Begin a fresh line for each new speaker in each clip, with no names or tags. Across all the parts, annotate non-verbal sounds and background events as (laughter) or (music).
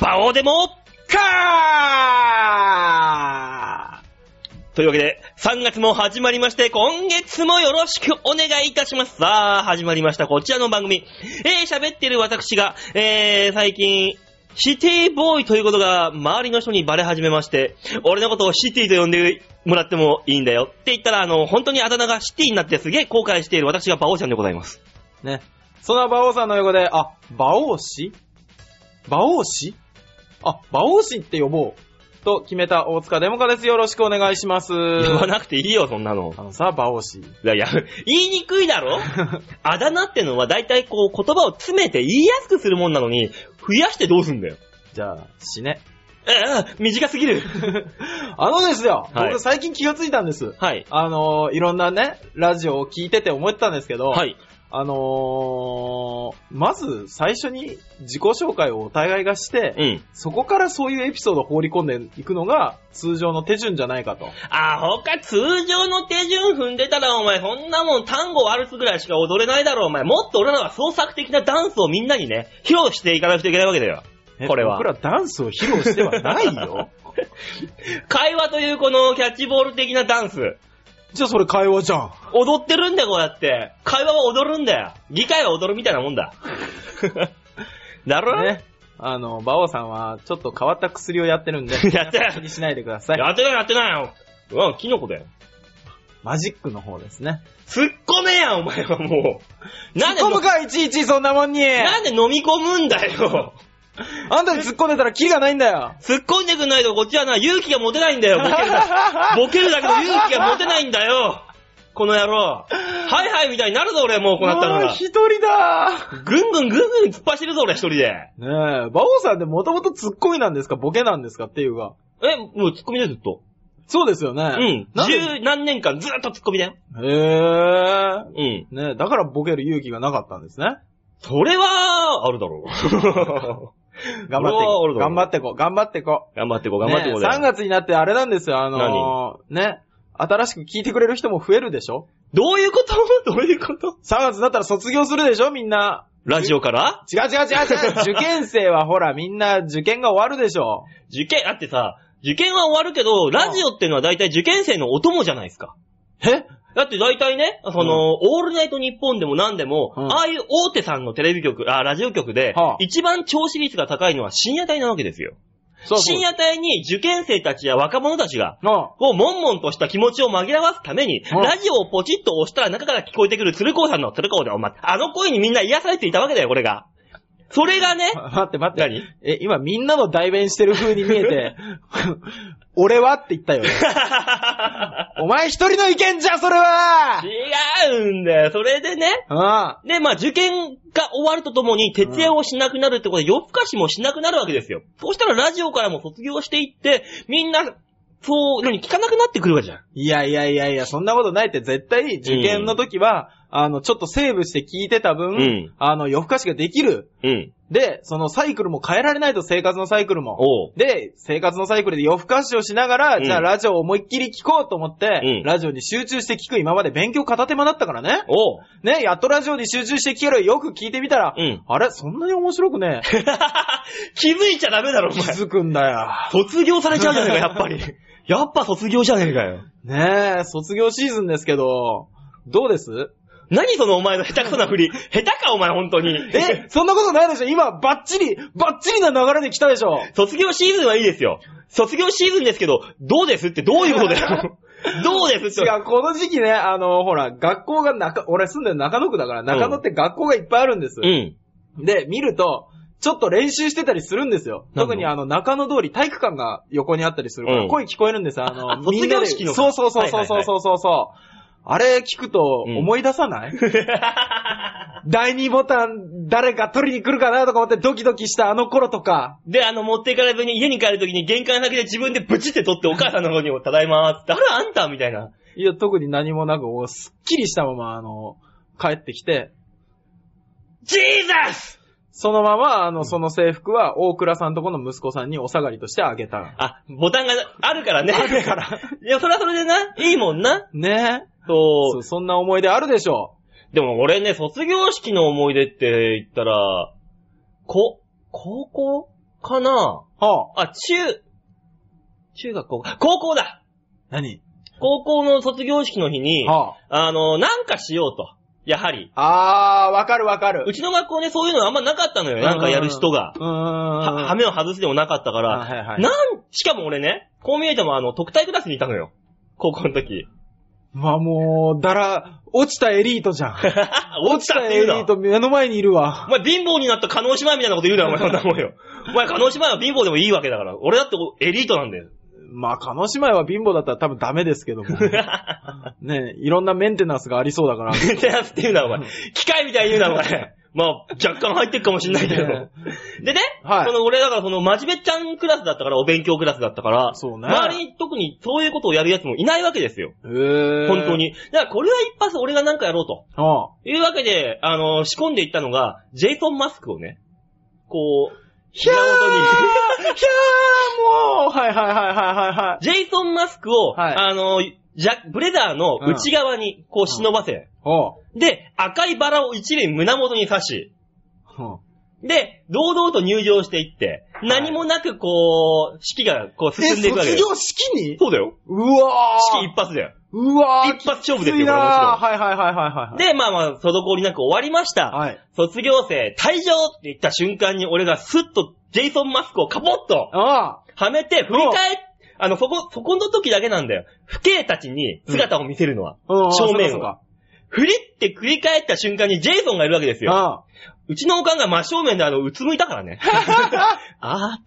バオでも、カーというわけで、3月も始まりまして、今月もよろしくお願いいたします。さあ、始まりました。こちらの番組。えー、喋ってる私が、えー、最近、シティボーイということが周りの人にバレ始めまして、俺のことをシティと呼んでもらってもいいんだよって言ったら、あの、本当にあだ名がシティになってすげえ後悔している私がバオちゃんでございます。
ね。そんな馬王さんの横で、あ、馬王氏馬王氏あ、馬王氏って呼ぼう。と決めた大塚デモカです。よろしくお願いします。
言わなくていいよ、そんなの。
あのさ、馬王氏。
いやいや、言いにくいだ (laughs) ろあだ名ってのは大体こう言葉を詰めて言いやすくするもんなのに、増やしてどうすんだよ。
じゃあ、死ね。
ええ、短すぎ (laughs) る。
あのですよ、
はい
僕最近気がついたんです。
はい。
あのーいろんなね、ラジオを聞いてて思ってたんですけど、
はい。
あのーまず最初に自己紹介をお互いがして、
うん。
そこからそういうエピソードを放り込んでいくのが通常の手順じゃないかと。
あ、ほか通常の手順踏んでたらお前そんなもん単語を歩くぐらいしか踊れないだろお前。もっと俺らは創作的なダンスをみんなにね、披露していかなくちゃいけないわけだよ。
え
これは
僕らダンスを披露してはない
(laughs)
よ。
会話というこのキャッチボール的なダンス。
じゃあそれ会話じゃん。
踊ってるんだよ、こうやって。会話は踊るんだよ。議会は踊るみたいなもんだ。 (laughs) だろ、
ね。あの、馬王さんはちょっと変わった薬をやってるんで、
(laughs) やって
気にしないでください。
やってないやってないよ。うん、キノコだよ。
マジックの方ですね。
突っ込めや、お前はもう。なんで、
突っ込むか、いちいちそんなもんに
なんで飲み込むんだよ。
あんたに突っ込んでたらキリがないんだ (laughs) よ
突っ込んでくんないとこっちはな、勇気が持てないんだよ、ボケるだ
(laughs)
け。ボケるだけの勇気が持てないんだよ。この野郎。はいはいみたいになるぞ、俺、もうこうなった
もう
ら。
一人だ
ぐんぐんぐんぐん突っ走るぞ、俺、一人で。
ねえ、馬王さんってもともとツッコミなんですかボケなんですかっていうが。
え、もう突っ込みだよ、ずっと。
そうですよね。
うん。
なんで
十何年間ずっと突っ込みだよ。
へ
うん。
え。ねえ、だからボケる勇気がなかったんですね。
それは、あるだろう。
(laughs) 頑張
俺は俺
ってい
だ
こう。頑張っていこう。頑張っていこ
頑張ってこう、
う。
頑張ってこう
ね
だ
え
よ。
3月になってあれなんですよ、あのー、ね。新しく聞いてくれる人も増えるでしょ
どういうこと
(laughs)
どういうこと
?3 月になったら卒業するでしょみんな。
ラジオから
違う違う
(laughs)
違う違う。受験生はほら、みんな受験が終わるでしょ
受験、だってさ、受験は終わるけど、ラジオっていうのは大体受験生のお供じゃないですか。
え
だって大体ね、その、オールナイト日本でも何でも、
うん
ああいう大手さんのテレビ局、あ、ラジオ局で、
はあ
一番聴取率が高いのは深夜帯なわけですよ。
そうそう。
深夜帯に受験生たちや若者たちが、
の
こう、悶々とした気持ちを紛らわすために、
うん
ラジオをポチッと押したら中から聞こえてくる鶴光さんの鶴光で、お前、あの声にみんな癒されていたわけだよ、これが。それがね、
ま待って待って。
(laughs) 何
え、今みんなの代弁してる風に見えて、 (laughs) 俺はって言った
(laughs)
よね。お前一人の意見じゃ、それは
違うんだよ、それでね。
うん。
で、まあ、受験が終わるとともに、徹夜をしなくなるってことで、夜更かしもしなくなるわけですよ。そしたらラジオからも卒業していって、みんな、そう、何、聞かなくなってくるわけじゃん。
いやいやいやいや、そんなことないって絶対受験の時は、あの、ちょっとセーブして聞いてた
う
分、
ん
あの、夜更かしができる。
うん。
で、そのサイクルも変えられないと生活のサイクルも。
おう。
で、生活のサイクルで夜更かしをしながら、
うん
じゃあラジオを思いっきり聞こうと思って、
うん
ラジオに集中して聞く今まで勉強片手間だったからね。
おう。 (laughs)
ね、やっとラジオに集中して聞けるよく聞いてみたら、
うん
あれそんなに面白くね
(laughs)
え
気づいちゃダメだろ、お
気
前。
づくんだよ。
卒業されちゃうじゃねえか、やっぱり。 (laughs) やっぱ卒業じゃねえかよ。
ねえ、卒業シーズンですけど、どう
(laughs)
です
何そのお前の下手くそな振り。下手か、お前、本当に。
え、そんなことないでしょ今、バッチリ、バッチリな流れで来たでしょ
卒業シーズンはいいですよ。卒業シーズンですけど、どうですってどういうことだ (laughs) よ。どうですって。
違う、この時期ね、あの、ほら、学校が中、俺住んでる中野区だから、中野って学校がいっぱいあるんです。
うん。
で、見ると、ちょっと練習してたりするんですよ。
なんの
特にあの、中野通り体育館が横にあったりするか
うん
ら、声聞こえるんですよ。あ
あ
の、
卒業式の
みんなでそうそうそう
は
そ
いうはい
そ
はいう
そうそうそう。あれ聞くと
うん
思い出さない、 (laughs) 第2ボタン誰か取りに来るかなとか思ってドキドキしたあの頃とか。
で、あの、持っていかれずに家に帰るときに玄関先で自分でブチって取ってお母さんの方にもただいまーって、あら、あんたみたいな。
いや、特に何もなく、おすっきりしたまま、あの、帰ってきて、
ジーザス
そのまま、あの、その制服は、大倉さんとこの息子さんにお下がりとしてあげた。
あ、ボタンがあるからね。あるから。 (laughs) いや、それはそれでな、いいもんな。
ねえ。
そ
そう、そんな思い出あるでしょ
う。でも俺ね、卒業式の思い出って言ったら、こ、高校かな
はあ。
あ、中、中学校、高校だ
何
高校の卒業式の日に、あ、
は
の、なんかしようと。やはり。
あ。ああ、わかるわかる。
うちの学校ね、そういうのあんまなかったのよ。なんかやる人が。
うーん。は
は、はめを外すでもなかったか
は
ら。
いはい。
なん、しかも俺ね、こう見えてもあの、特待クラスにいたのよ。高校の時。 (laughs)
まあもう、だら、落ちたエリートじゃん。
(laughs) 落ちたっていう
エリ
な
ー。ト目の前にいる
お
わ。
前貧乏になった加納姉妹みたいなこと言うな、お前そんなもんよ。お前加納姉妹は貧乏でもいいわけだから。俺だってエリートなんだよ。
まあ、鹿児島は貧乏だったら多分ダメで
(laughs)
すけども。ねいろんなメンテナンスがありそうだから。
メンテナンスって言うな、お前。機械みたいに言うな、お前。まあ、若干入ってるかもしんないけど。
ね
でね、
はい
その俺だからその真面目ちゃんクラスだったから、お勉強クラスだったから、
そうね
周りに特にそういうことをやるやつもいないわけですよ。
えー
本当。に。だからこれは一発俺がなんかやろうと。
ああ
いうわけで、あの、仕込んでいったのが、ジェイソン・マスクをね、こう、
(laughs) ひゃー
膝元に。
ひゃーもうはいはいはいはいはいはい。
ジェイソン・マスクを、
はい
あの、ジャブレザーの内側にこう忍ばせ、
ほ
で、赤いバラを一輪胸元に刺し、
う。ほ
で、堂々と入場していって、
い
何もなくこう、式がこう
うえ、
進んでいくわけ
卒
です。
業式に
そうだよ。
うわ
式
ー
一発だよ。
うわ
一
ー
発勝負ですよ
きついなー
こ
はいはいはいはいはい。、
で、まあまあ、滞りなく終わりました。
はい。
卒業生、退場って言った瞬間に俺がスッとジェイソン・マスクをカポッと
ああ。
はめて、振り返っあの、そこ、そこの時だけなんだよ。父兄たちに姿を見せるのは。
うん
正面を
そうか
振りって繰り返った瞬間にジェイソンがいるわけです
そうか
よ。
ああ。
うちのおかんが真正面であの、うつむいたから
(laughs)
ね。 (laughs) あ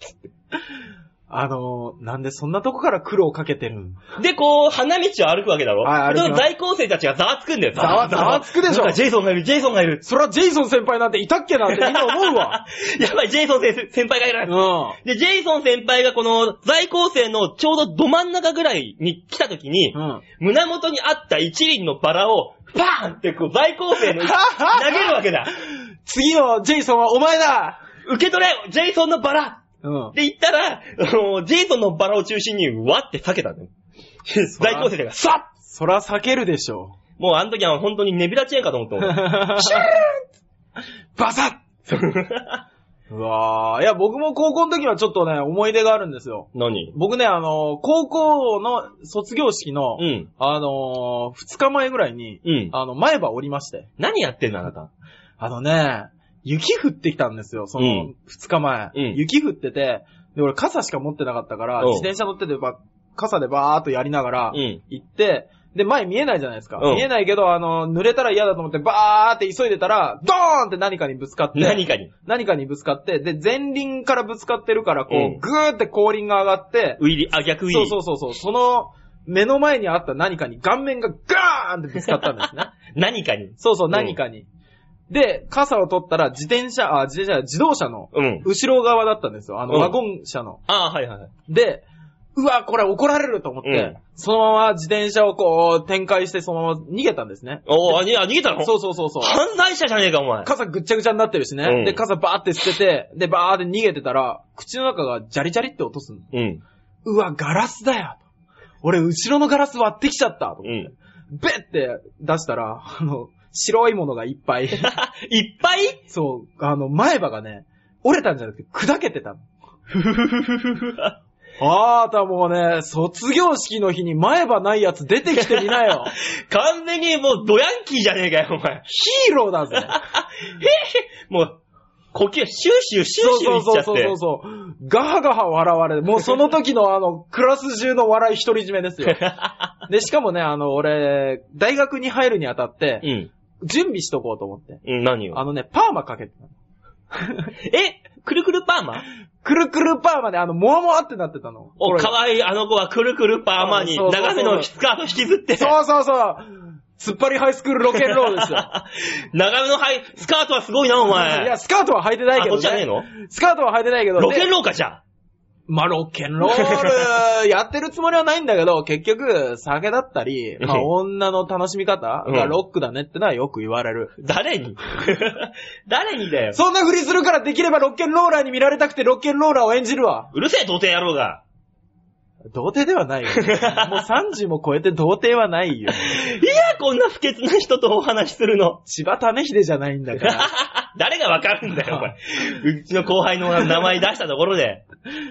あのー、なんでそんなとこから苦労かけてるん
ーで、こう、花道を歩くわけだろ。
はい歩きます
その在校生たちがざわつくんだよ。
ざわざわつくでし
なん
ょ
かジェイソンがいる、ジェイソンがいる。
そらジェイソン先輩なんていたっけなんて今思う (laughs) わ。
(laughs) やばい、ジェイソン先先輩がいる。
う
で、ジェイソン先輩がこの在校生のちょうどど真ん中ぐらいに来た時に、
ん。うん。
胸元にあった一輪のバラを、バーンってこう在校生の投げるわけだ。
次のジェイソンはお前だ
受け取れジェイソンのバラ
うん
っ。て言ったら、あのジェイソンのバラを中心に、わって避けたのよ。大高生が、さっ
そら避けるでしょ
もうあの時は本当にネビラチェーンかと思った
う。
もん。
(laughs) バサッうわー。いや、僕も高校の時はちょっとね、思い出があるんですよ。
何
僕ね、あのー高校の卒業式の、
うん。
あのー、2日前ぐらいに、
うん。
あの、前歯折りまして。
何やってんのあなた。
あのね、雪降ってきたんですよ、そうの
ん
2日前。
うん
雪降ってて、で、俺傘しか持ってなかったから、
うん
自転車乗っててば、傘でバーっとやりながら
う、ん。
行って、で、前見えないじゃないですか。
うん
見えないけど、あの、濡れたら嫌だと思って、バーって急いでたら、ドーンって何かにぶつかって、
何かに。
何かにぶつかって、で、前輪からぶつかってるから、こう、
うん
ぐーって後輪が上がって、
ウィリ、あ、逆ウィリ。
そうそうそうそう、その、目の前にあった何かに顔面がガーンってぶつかったんですね。
(laughs) 何かに。
そうそう、
うん
何かに。で、傘を取ったら、自転車、あ、自転車、自動車の、
うん。
後ろ側だったんですよ。あの、
うん
ワゴン車の。
ああ、はいはいはい。
で、うわ、これ怒られると思って、
うん
そのまま自転車をこう、展開して、そのまま逃げたんですね。
おー、あ、にあ逃げたの
そうそうそうそう。
犯罪者じゃねえか、お前。
傘ぐっちゃぐちゃになってるしね。
うん
で、傘バーって捨てて、で、バーって逃げてたら、口の中がジャリジャリって落とすの。
うん。
うわ、ガラスだよ。俺、後ろのガラス割ってきちゃった。と
うん。 (laughs)
ベッて出したら、あの、白いものがいっぱい。
いっぱい
そう、あの、前歯がね、折れたんじゃなくて砕けてたの。
ふふふふふ。
あーたもうね、卒業式の日に前歯ないやつ出てきてみなよ。
(laughs) 完全にもうドヤンキーじゃねえかよ、お前。
(laughs) ヒーローだぜ。
もう、呼吸、シューシュー、シューシューいっちゃって。
そうそうそうそう。ガハガハ笑われて、もうその時のあの、クラス中の笑い独り占めですよ。 (laughs) で、しかもね、あの、俺、大学に入るにあたって、
(laughs) うん。
準備しとこうと思って。
うん、何
あ
を
のね、パーマかけてたの。
え、くるくるパーマ
くるくるパーマで、あの、もわもわってなってたの。
お、
俺が
かわいい、あの子はくるくるパーマに、
そうそうそう
長めのスカート引きずって、
そうそうそう。突っ張りハイスクールロケンロールですよ。
(laughs) 長めのハイ、スカートはすごいな、お前。
いや、スカートは履いてないけど、
あそっちじゃねえの
スカートは履いてないけど、
ロケン
ロ
ローかじゃん。
ーまあ、ロケンロ
(laughs)
ール、やってるつもりはないんだけど、結局、酒だったり、まあ、
うん
女の楽しみ方がロックだねってのはよく言われる。
誰に (laughs) 誰にだよ。
そんなふりするからできればロッケンローラーに見られたくてロッケンローラーを演じるわ。
うるせえ、童貞野郎が。
童貞で
(laughs)
はないよ。もう30も超えて童貞はないよ。
いや、こんな不潔な人とお話しするの。
千葉種秀じゃないんだから。
(laughs) 誰がわかるんだよ、これ。うちの後輩の名前出したところで。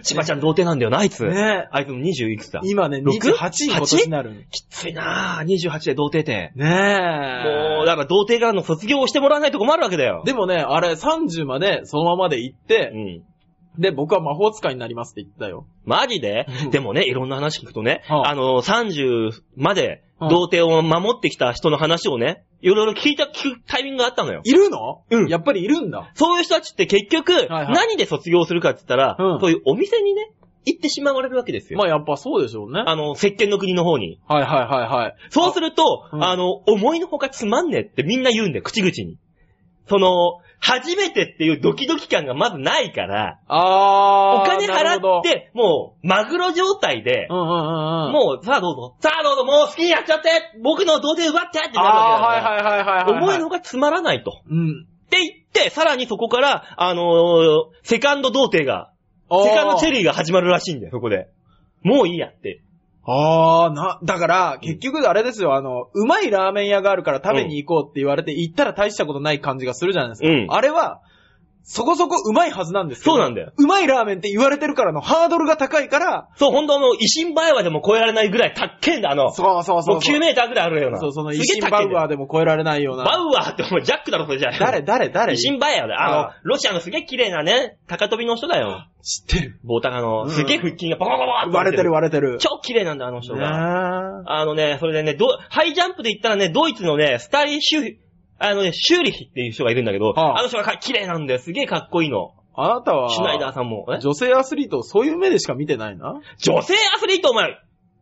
千葉ちゃん童貞なんだよな、あいつ。
ね
あいつも20いくつだ。
今ね、
六
28位今年になる。
きついなぁ、28で童貞って。
ねえ。
もう、だから童貞からの卒業をしてもらわないと困るわけだよ。
でもね、あれ30までそのままで行っ
う
て、
ん。
で、僕は魔法使いになりますって言ったよ。
マジで
うん
でもね、いろんな話聞くとね、
はあ
あの、30まで
はあ
童貞を守ってきた人の話をね、いろいろ聞いた、聞くタイミングがあったのよ。
いるの
うん
やっぱりいるんだ。
そういう人たちって結局、
いはい
何で卒業するかって言ったら、
うん
そういうお店にね、行ってしまわれるわけですよ。
まあやっぱそうでしょうね。はい
(laughs) あの、石鹸の国の方に。
はいはいはい。
そうすると、
あ
あ,、
うん
の、思いのほかつまんねえってみんな言うんだよ、口々に。その、初めてっていうドキドキ感がまずないから、
あー。
お金
なるほど
払っ。て、もう、マグロ状態で
う、んうんうんうん。う、
もう、さあどうぞ、さあどうぞ、もう好きにやっちゃって僕の童貞奪ってってなる
あー、
わ
は
けだよ、
いはいはいはいはい。
思いのほかつまらないと。
うん。
って言って、さらにそこから、あのーセカンド童貞が、セカンドチェ
リー。
リーが始まるらしいんだよ、そこで。もういいやって。
あー、な、だから、結局あれですよ、あの、うまいラーメン屋があるから食べに行こうって言われて、行ったら大したことない感じがするじゃないですか。
うん
あれは、そこそこうまいはずなんですけど
そうなんだよ。
うまいラーメンって言われてるからのハードルが高いから、
そう、本当もう、維新バイワでも超えられないぐらいたっけんだ、あの、
そうそうそう。
もう9メーターぐらいあるような。
そう、その、
す
イ
げ
シ
え
ン
高い
バウ
んだよ
アーでも超えられないよう
バ
な。
ウアーってお前ジャックだろ、それじゃあ。
誰、誰、誰
維新バイアだ。あの
あ、
ロシアのすげえ綺麗なね、高飛びの人だよ。
知ってる。
棒高
う
の。
ん
すげえ腹筋がバババババ
割れてる
わ。
割れてる。
超綺麗なんだ、あの人が。
ねえ
あのね、それでね、ど、ハイジャンプで言ったらね、ドイツのね、スタリシュ、あのね、シューリヒっていう人がいるんだけど、
はあ
あの人がか綺麗なんだよ。すげえかっこいいの。
あなたは、
シュナイダーさんも。え
女性アスリートをそういう目でしか見てないな。
女性アスリートお前、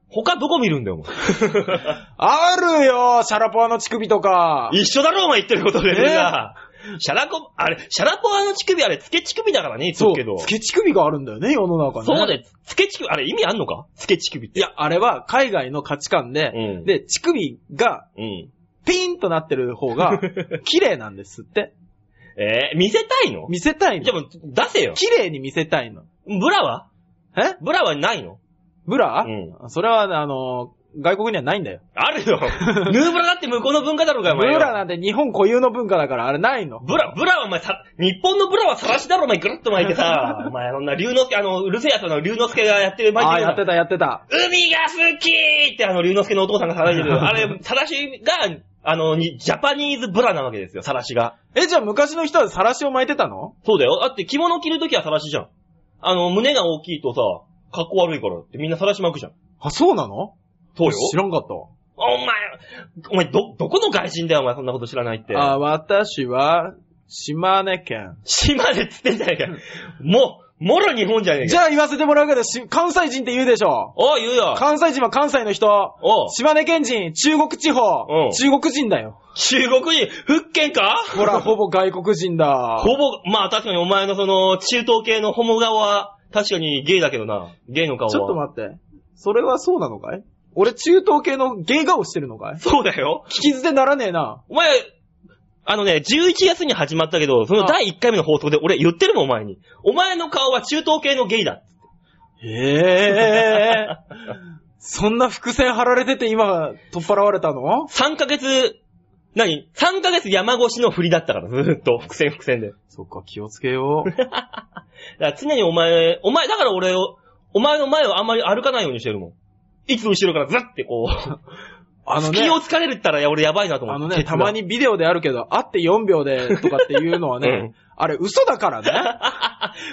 他どこ見るんだよ、お前。
あるよシャラポワの乳首とか。
一緒だろ、お前言ってることで。
ええ
な (laughs) シャラコ、あれ、シャラポワの乳首、あれ、つけ乳首だからね、言っと
そ
く
う
けど。、
つけ乳首があるんだよね、世の中ね。
そうで、つけ乳首、あれ意味あんのかつけ乳首って。
い、や、あれは海外の価値観で、
うん
で、乳首が
うん。
ピーンとなってる方 (laughs) が綺麗なんですって。
えー、見せたいの
見せたい
じゃ
の。
あもう、出せよ。
綺麗に見せたいの。
ブラは
え
ブラはないの
ブラ、
う
それはね、あのー外国にはないんだよ。
ある
(laughs)
よ。ヌーブラだって向こうの文化だろうが、お
ブ
前よ。
ラなんて日本固有の文化だから、あれないの。
ブラ、ブラはお前さ、日本のブラはさらしだろ、お前ぐるっと巻いて
(laughs)
さ。お前、そんな、龍之介、あの、うるせえやつの龍之介がやってる巻い
あ
て
あ、
る
やってた、やってた。
海が好きってあの、龍之介のお父さんが騒いで
(laughs)
る。あれ、さらしが、あの、にジャパニーズブラなわけですよ、さらしが。
え、じゃあ昔の人は晒しを巻いてたの
そうだよ。だって着物着るときはさらしじゃん。あの、胸が大きいとさ、格好悪いからってみんなさらし巻くじゃん。
あ、そうなの
そうよ。
知らんかった。
お前、お前、ど、どこの外人だよ、お前、そんなこと知らないって。
あ、私は、島根県。
島でっつってんじゃねえかよ。もう、もろ日本じゃねえ
じ
かよ。
ゃあ言わせてもらうけど、し関西人って言うでしょ。
おう、言うよ。
関西人は関西の人。
おう、
島根県人、中国地
うん、
方中国人だよ。
中国人、福建か
ほ (laughs) ら、ほぼ外国人だ。
ほぼ、まあ確かにお前のその、中東系のホモ顔は、確かにゲイだけどな。ゲイの顔は。
ちょっと待って。それはそうなのかい俺中東系のゲイ顔してるのかい
そうだよ。
聞き捨てならねえな。
お前、あのね、11月に始まったけど、その第1回目の放送で俺言ってるもん、お前に。お前の顔は中東系のゲイだ。
へえ。そんな伏線張られてて今、取っ払われたの
3ヶ月、何 ?3 ヶ月山越しの振りだったから、ずーっと。伏線伏線で。だか
そっか、気をつけよ (laughs) う。
ら常にお前、お前、だから俺を、お前の前をあんまり歩かないようにしてるもん。いつも後ろからずってこう、
あのね
隙を、突かれるったら、いや、俺やばいなと思
あ
って。
の
ケ
ね、
ツが
たま。にビデオであるけど、会って4秒でとかって (laughs) いうのはね、
うん
あれ嘘だから (laughs) ね。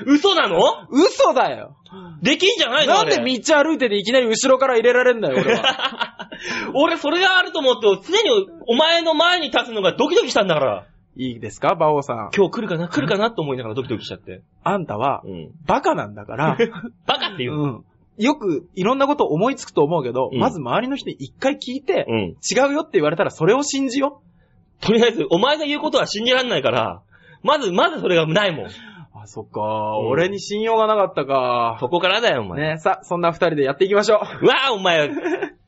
嘘なの
嘘だよ。
できんじゃないの
な
あ
ん
れ
で道歩いてていきなり後ろから入れられんだよ、俺は。 (laughs)
俺、それがあると思って、常にお前の前に立つのがドキドキしたんだから、
いいですか、馬王さん。
今日来るかな来るかなと思いながらドキドキしちゃって。
あんたは
う、ん。
バカなんだから、
バカって言う
う
の。
ん。よく、いろんなこと思いつくと思うけど、
うん
まず周りの人に一回聞いて、
うん。
違うよって言われたらそれを信じよ
とりあえず、お前が言うことは信じらんないから、まず、まずそれがないもん。
う。あ、そっか、
うん
俺に信用がなかったか
そ。こからだよ、お前。
ね、さ、そんな二人でやっていきましょう。
うわあ、お前、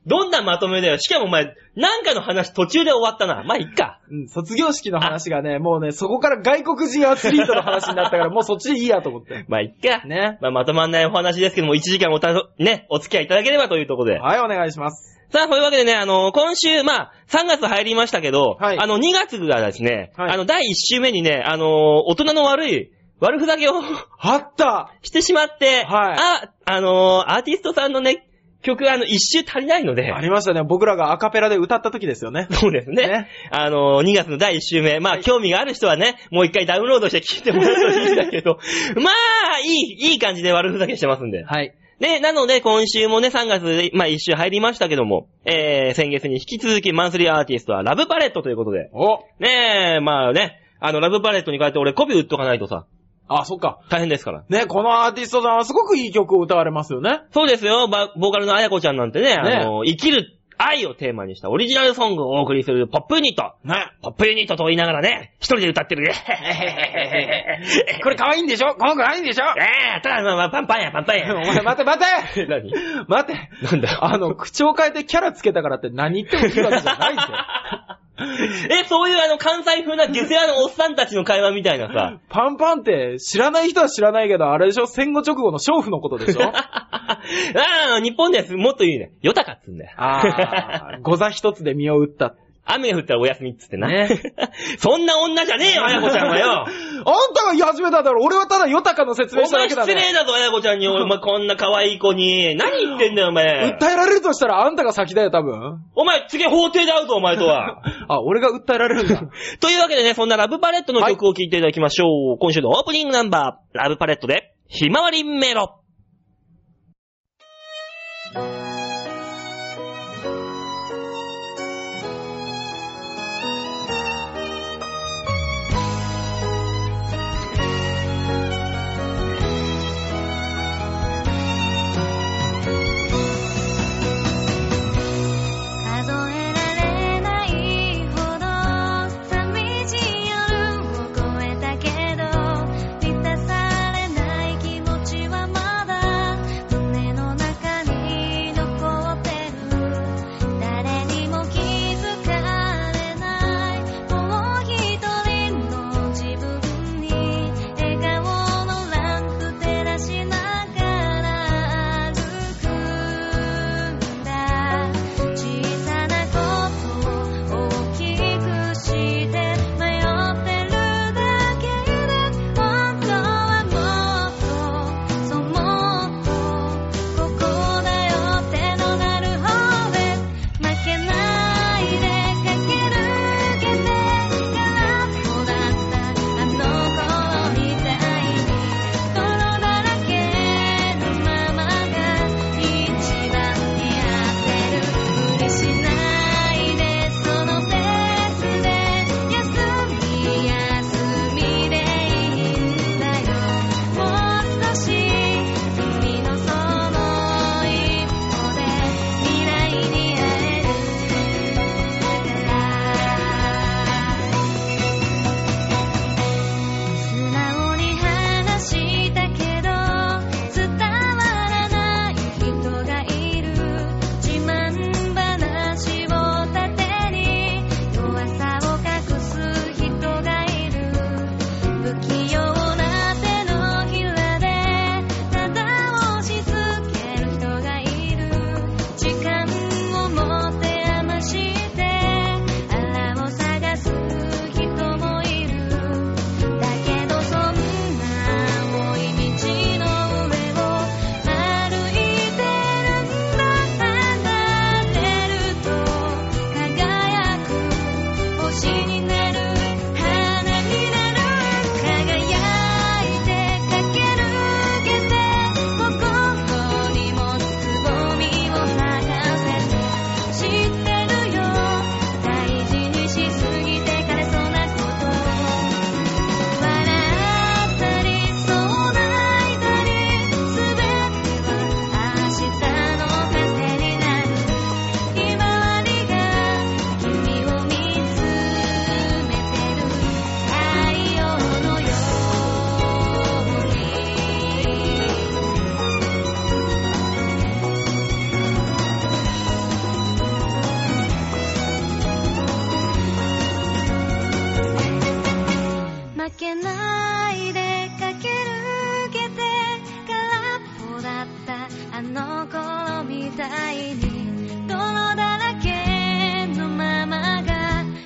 どんなまとめだよ。しかもお前、なんかの話途中で終わったな。まあ、いっか。
うん、卒業式の話がね、もうね、そこから外国人アスリートの話になったから、もうそっちでいいやと思って。
まあ、いっか。
ね。
まあ、まとまんないお話ですけども、1時間おた、ね、お付き合いいただければというところで。
はい、お願いします。
さあ、そういうわけでね、あの、今週、まあ、3月入りましたけど、
はい
あの、2月がですね、
はい
あの、第1週目にね、あの、大人の悪い、悪ふざけを (laughs)
あった
してしまって、
はい
あ、あの、アーティストさんのね、曲、あの、1周足りないので
あ、りましたね。僕らがアカペラで歌った時ですよね。
そうですね。
ね
あの、2月の第1週目。まあ、興味がある人はね、もう一回ダウンロードして聞いてもらうといいんだけ
(laughs)
ど、まあ、いい、いい感じで悪ふざけしてますんで。
はい。
ね、なので、今週もね、3月で、まあ、1週入りましたけども、えー、先月に引き続き、マンスリーアーティストはラブパレットということで、
お
ねえ、まあね、あの、ラブパレットに変えて俺コピー打っとかないとさ、
あ、そっか。
大変ですから。
ね、このアーティストさんはすごくいい曲を歌われますよね。
そうですよ、ばボーカルのあやこちゃんなんてね、あの、生きる愛をテーマにしたオリジナルソングをお送りするポップユニット。
ね。
ポップユニットと言いながらね、一人で歌って
(laughs)
るね。 (laughs)
これ可愛いんでしょこの子可愛いんでしょ
ええただまあまあパンパンや、パンパン
お
や。
前待て待 (laughs) て
何
待て
なんだよ
あの、口を変えてキャラつけたからって何言ってもいいわけじゃないんだよ。
(laughs) え、そういうあの関西風な下世話のおっさんたちの会話みたいな (laughs) さ。
パンパンって知らない人は知らないけど、あれでしょ戦後直後の娼婦のことで
(laughs)
しょ
ああ、日本です。もっといいね。ヨタカっつうんだよ。
あー、ご座一つで身を打った。
(laughs) 雨が降ったらお休みっつってな。
ね
(laughs) そんな女じゃねえよ、あやこちゃんはよ。
(laughs) あんたが言い始めたんだろ俺はただヨタカの説
お
明しただ
前
け
(laughs)
だ
失
ね。
礼だぞ、あやこちゃんに。お前こんな可愛い子に。何言ってんだよ、お (laughs) 前。
訴えられるとしたらあんたが先だよ、多分。
お前、次法廷で会うぞ、お前とは。 (laughs)
あ、俺が訴えられるんだ。
というわけでね、そんなラブパレットの曲を聴いていただきましょう。今週のオープニングナンバー、ラブパレットで、ひまわりメロ。
数えられないほど寂しい夜を越えたけど満たされない気持ちはまだ胸の中に残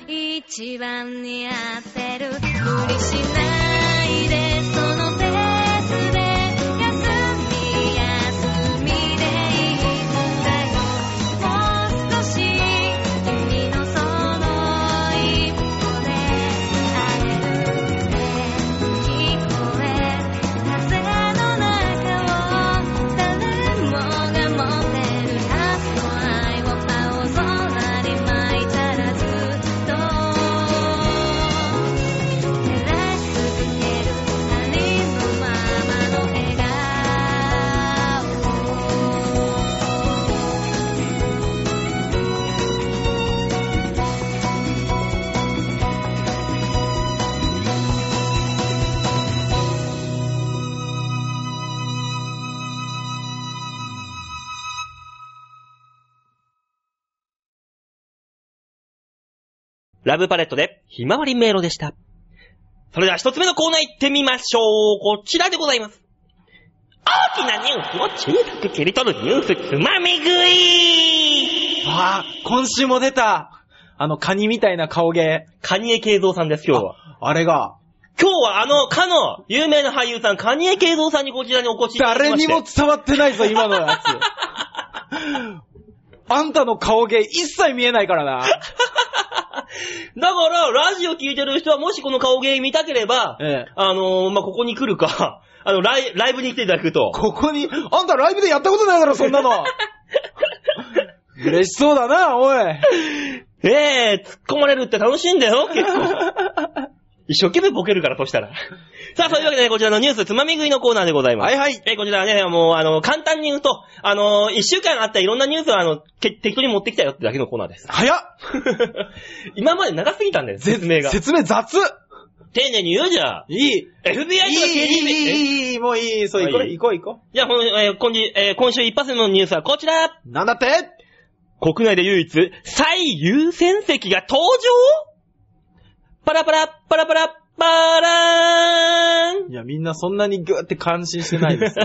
一番似合ってる無理しないでそのペースで休み休みでいいんだよもう少し君のその一歩で会えるって聞こえ風の中を誰もが持ってるはずの愛を青空に舞いたらずっと照らし続けるありのままの笑顔
ラブパレットで、ひまわり迷路でした。それでは一つ目のコーナー行ってみましょう。こちらでございます。大きなニュースを小さく切り取るニュースつまみ食い
あー、今週も出たあの、カニみたいな顔芸。
カニエ慶三さんです、今日は。
あれが、
今日はあの、かの、有名な俳優さん、カニエ慶三さんにこちらにお越しいただきまして
誰にも伝わってないぞ、今の
(laughs)
やつ。あんたの顔芸一切見えないからな。
(laughs) だから、ラジオ聞いてる人は、もしこの顔芸見たければ、
ええ
あのーまあ、ここに来るか、あの、ライライブに来ていただくと。
ここに、あんたライブでやったことないだろ、そんなの。嬉しそうだな、おい。
ええ突っ込まれるって楽しいんだ
(laughs)
よ、結構。一生懸命ボケるから、としたら。さあ、そういうわけでね、こちらのニュースつまみ食いのコーナーでございます。
はいはい。
えーこちらはね、もう、あの、簡単に言うと、あのー、一週間あったいろんなニュースを、あの、け適当に持ってきたよってだけのコーナー
(laughs)
です。
早っ
今まで長すぎたんだよ、説明が。
説明雑
丁寧に言うじゃん。
いい
FBI とか
いい、い
KGB
い、
え
いい、いい、もういい、そう、
はい
行こう、行こう、行こ
じゃあ、ほんえー今週えー今週一発目のニュースはこちら
う。なんだって
国内で唯一、最優先席が登場パラパラ、パラパラ、パラーン
いや、みんなそんなにぐーって感心してないです。
(laughs)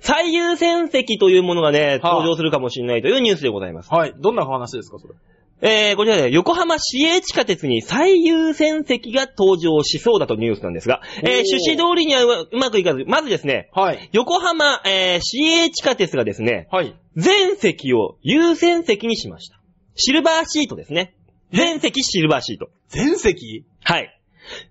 最優先席というものがね、
はあ
登場するかもしれないというニュースでございます。
(laughs) はい。どんな話ですか、それ。
えー、こちらね、横浜市営地下鉄に最優先席が登場しそうだとニュースなんですが、えー
おー
趣旨通りにはうまくいかず、まずですね、
はい。
横浜、えー、市営地下鉄がですね、
はい。
全席を優先席にしました。シルバーシートですね。全席シルバーシート。
全席
はい。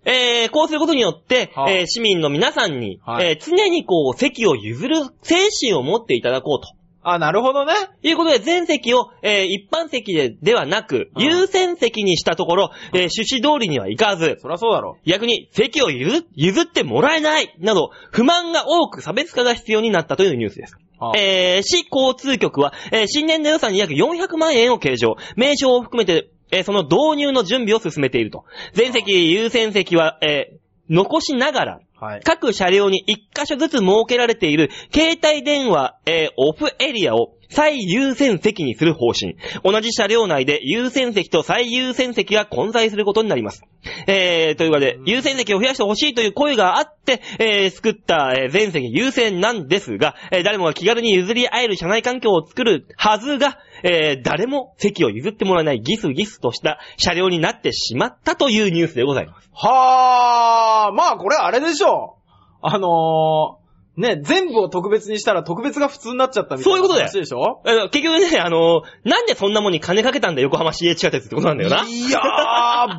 えー、こうすることによって、
はあ
えー市民の皆さんに、
はい
えー常にこう、席を譲る精神を持っていただこうと。
あ、なるほどね。
いうことで、全席を、えー一般席でではなく、
うん
優先席にしたところ、えー趣旨通りにはいかず、
そりゃそうだろ。
逆に席を譲譲ってもらえないなど、不満が多く差別化が必要になったというニュースです。
はあ
えー市交通局は、えー新年度予算に約400万円を計上、名称を含めて、えーその導入の準備を進めていると。全席、優先席は、えー残しながら、
はい。
各車両に1箇所ずつ設けられている携帯電話、えーオフエリアを最優先席にする方針。同じ車両内で優先席と最優先席が混在することになります。えー、というわけで
う、ん
優先席を増やしてほしいという声があって、えー、作った、えー全席優先なんですが、えー誰もが気軽に譲り合える車内環境を作るはずが、えー誰も席を譲ってもらえないギスギスとした車両になってしまったというニュースでございます。
はあ、まあこれあれでしょう。あのー、ね、全部を特別にしたら特別が普通になっちゃったみたい
そうい
な
うことだよ
話でしょ
あの結局ね、あのなんでそんなもんに金かけたんだ横浜市営地下鉄ってことなんだよな。
いやー、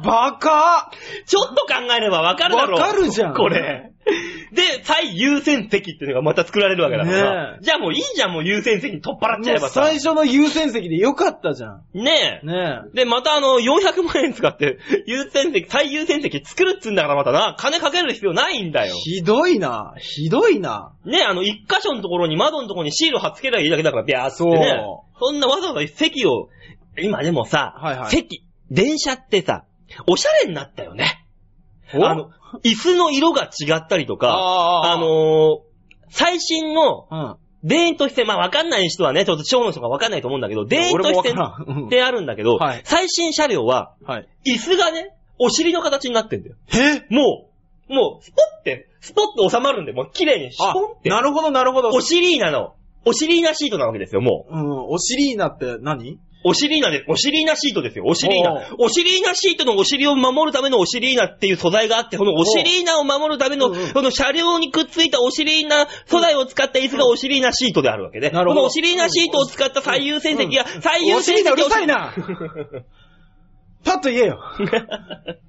バカ
ちょっと考えればわかるだろう。
わかるじゃん
これ。で、最優先席っていうのがまた作られるわけだから。
ねえ
じゃあもういいじゃん、もう優先席に取っ払っちゃえ
も
ば
う
さ
最。初の優先席でよかったじゃん。
ねえ。
ね
で、またあの、400万円使って、優先席、最優先席作るっつうんだからまたな、金かける必要ないんだ
え。
よ。
ひどいな。ひどいな。
ねえ、あの、一箇所のところに窓のところにシール貼っつければいいだけだから、ビャーってね。そんなわざわざ席を、今でもさ、
はいはい
席、電車ってさ、おしゃれになったよね。
お
あの、椅子の色が違ったりとか、あ
あー
のー最新の、
うん。
電として、まあわかんない人はね、ちょっと小の人がわかんないと思うんだけど、電と
俺も
し
わ
て
からんうん
ってあるんだけど、
はい
最新車両は、
はい。
椅子がね、お尻の形になってんだよ。
え
もう、もう、スポって、スポッと収まるんで、もう綺麗にシュ
あ
ポンっ、て。
なるほど、なるほど。
お尻なの。お尻なシートなわけですよ、もう。
うん、お尻になって何
お尻なで、お尻なシートですよ。お尻
おう
な。お尻なシートのお尻を守るためのお尻なっていう素材があって、このお尻なを守るため
う
の、
んうん
その車両にくっついたお尻な素材を使った椅子がお尻なシートであるわけね。
なる
こ
ほど
のお尻なシートを使った最優先席が、最優
お
先席
尻が
を
うるさい
(laughs)
なパッと言えよ。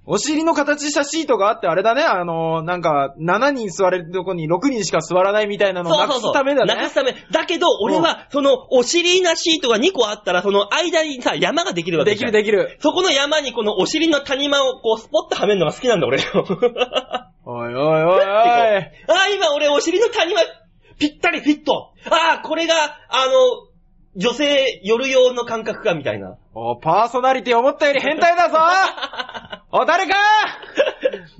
お尻の形したシートがあって、あれだね、あのー、なんか、7人座れるとこに6人しか座らないみたいなのを
(laughs) そう
なく
そうそ
す
う。
ためだね。
なくすため。だけど、俺は、その、お尻なシートが2個あったら、その間にさ、山ができるわけ
で
じ
き
ゃん
るできる。
そこの山にこのお尻の谷間をこう、スポッとはめるのが好きなんだ、俺。 (laughs) あ
おいお
(laughs)
いおいおい。
あ、今俺お尻の谷間、ぴったりフィット。ああ、これが、あの、女性夜用の感覚か、みたいな。
おパーソナリティ思ったより変態だぞお、誰か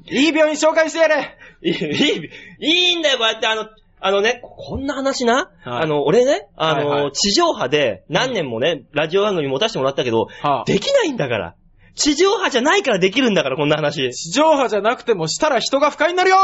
いい病院紹介してやれ
(laughs) いい、いいんだよ、こうやって、あの、あのね、こんな話な、
はい
あの、俺ね、あの、
はいはい
地上波で何年もね、ラジオ番組持たせてもらったけど、
はあ
できないんだから。地上波じゃないからできるんだから、こんな
(laughs)
話。
地上波じゃなくてもしたら人が不快
(laughs)
になるよ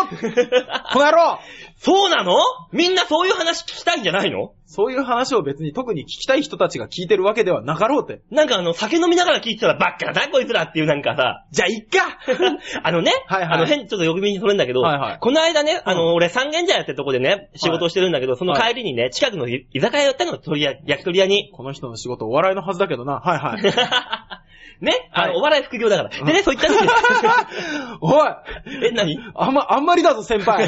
この野郎
そうなのみんなそういう話聞きたいんじゃないの
そういう話を別に特に聞きたい人たちが聞いてるわけではなかろうって。
なんかあの、酒飲みながら聞いてたら、ばっかだな、こいつらっていうなんかさ、じゃあ、いっか
(laughs)
あのね、
はいはい
あの、変、ちょっとよく見にそれんだけど、
はいはい
この間ね、あの、俺三軒茶屋ってとこでね、仕事をしてるんだけど、その帰りにね、近くの居酒屋寄ったの、鳥屋焼き鳥屋
(laughs)
に。
この人の仕事お笑いのはずだけどな。は
(laughs)
いはい。
ね、あの、
はい
お笑い副業だから。でね、そういった時に
(laughs) おい
え、何
あんま、あんまりだぞ先
(laughs)
輩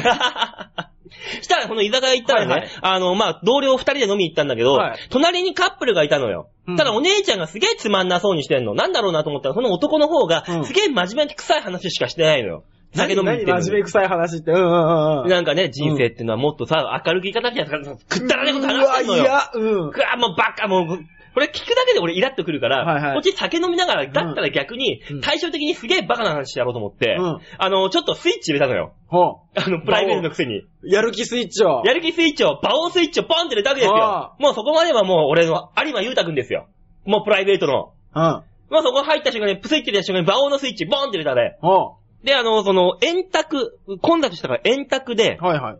したら、この居酒屋行ったらね、
はいはい
あの、まあ、同僚二人で飲み行ったんだけど、
はい
隣にカップルがいたのよ。
うん
ただお姉ちゃんがすげえつまんなそうにしてんの。なんだろうなと思ったら、その男の方が
う、ん
すげえ真面目で臭い話しかしてないのよ。 (laughs) 酒飲みに行ってる
何
の
何
に
真面目臭い話って。うんうんうんうん。
なんかね、人生ってのはもっとさ、明るく言い方じゃなくて、くったらねえこと話してんのよ。
うわ、いや、うん。
くわ、もうバカ、もう、これ聞くだけで俺イラっとくるから、
はいはい
こっち酒飲みながら、だったら逆に
うん、
対照的にすげえバカな話してやろうと思って、
うん
あの、ちょっとスイッチ入れたのよ。
ほ
あの、プライベートのくせに。
う。やる気スイッチを。
やる気スイッチを、バオスイッチをポンって入れたわけですよ
あ。
もうそこまではもう俺の有馬裕太くんですよ。もうプライベートの。
うん。
まあそこ入った瞬間に、プスイッチ入れた瞬間に、バオのスイッチ、ボンって入れたね。
ほ
で、あの、その、円卓、混雑したから円卓で
う。、はいはい。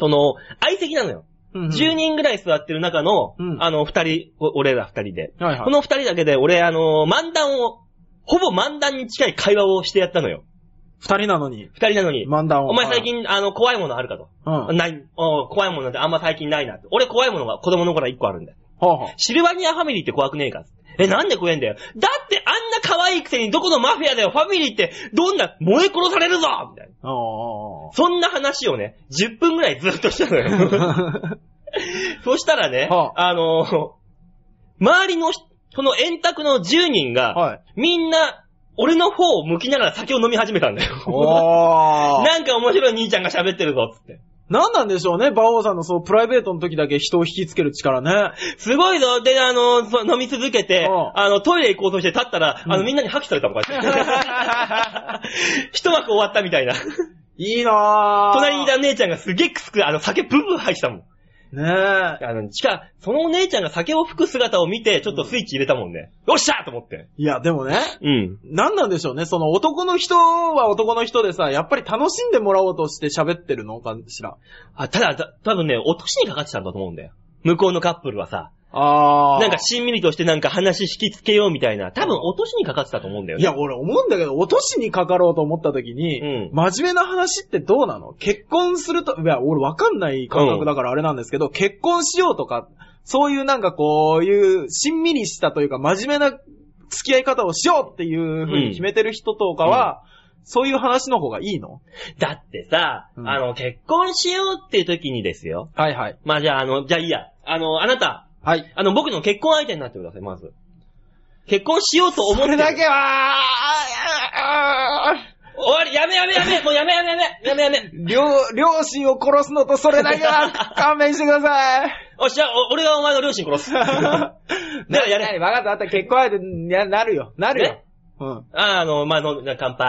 その、相席なのよ。
うんうん
10人ぐらい座ってる中の、
うん
あの、二人、お俺ら二人で。
はいはい。
この二人だけで、俺、あの、漫談を、ほぼ漫談に近い会話をしてやったのよ。
二人なのに、
二人なのに。
漫談を。
お前最近、あの、怖いものあるかと。
はい、うん。
ない、お怖いものなんてあんま最近ないな。俺怖いものが子供の頃は一個あるんだよ。(laughs)
ほうほう。
シルバニアファミリーって怖くねえかえ、なんで怖えんだよ。だってあんな可愛いくせにどこのマフィアだよ。ファミリーってどんな燃え殺されるぞみたいな。 (laughs)
おーお
そんな話をね、10分ぐらいずっとしたの
ーお
よ。
(laughs) ー
そしたらね、
は
あの、周りの人、その円卓の10人が、
はい
みんな、俺の方を向きながら酒を飲み始めたんだよ。
(laughs) お
(laughs)
ー
なんか面白い兄ちゃんが喋ってるぞ、つって。
なんなんでしょうね、馬王さんのそう、プライベートの時だけ人を引きつける力ね。
すごいぞ。で、あの、そ飲み続けて
う、ん
あの、トイレ行こうとして立ったら、あ
う
の、
ん
みんなに破棄されたのか。
(laughs)
一幕終わったみたいな。
いいなぁ。
隣にいた姉ちゃんがすげえくすく、あの、酒ブンブン入ってたもん。
ねえ。
あの、しか、そのお姉ちゃんが酒を吹く姿を見て、ちょっとスイッチ入れたもんね。よっしゃーと思って。
いや、でもね、
うん。
なんなんでしょうね、その男の人は男の人でさ、やっぱり楽しんでもらおうとして喋ってるのかしら。
あ、ただ、た多分ね、落としにかかってたんだと思うんだよ。向こうのカップルはさ、
あー。
なんかしんみりとしてなんか話引きつけようみたいな、多分落としにかかってたと思うんだよ
い
ね。
や、俺思うんだけど、落としにかかろうと思った時に、
うん
真面目な話ってどうなの結婚すると、いや、俺わかんない感覚だからあれなんですけど、結婚しようとか、そういうなんかこういう、しんみりしたというか、真面目な付き合い方をしようっていう風に決めてる人とかは、そういう話の方がいいの
だってさ、
うん
あの、結婚しようっていう時にですよ。
はいはい。
まあじゃあ、あの、じゃあいいや。あの、あなた、
はい。
あの、僕の結婚相手になってください、まず。結婚しようと思って
そ
る。
れだけは、あーあー
終わり、やめやめや
(laughs)
め、もうやめやめやめ、やめやめ。
両、両親を殺すのとそれだけは勘弁してください。
おっしゃ、お俺 (laughs)
(laughs)
がお前の両親殺す。だからやれ。
分かった分かった。結婚相手にななるよ。なるよ
ね。
うん。
あの、まあ、飲んで乾杯。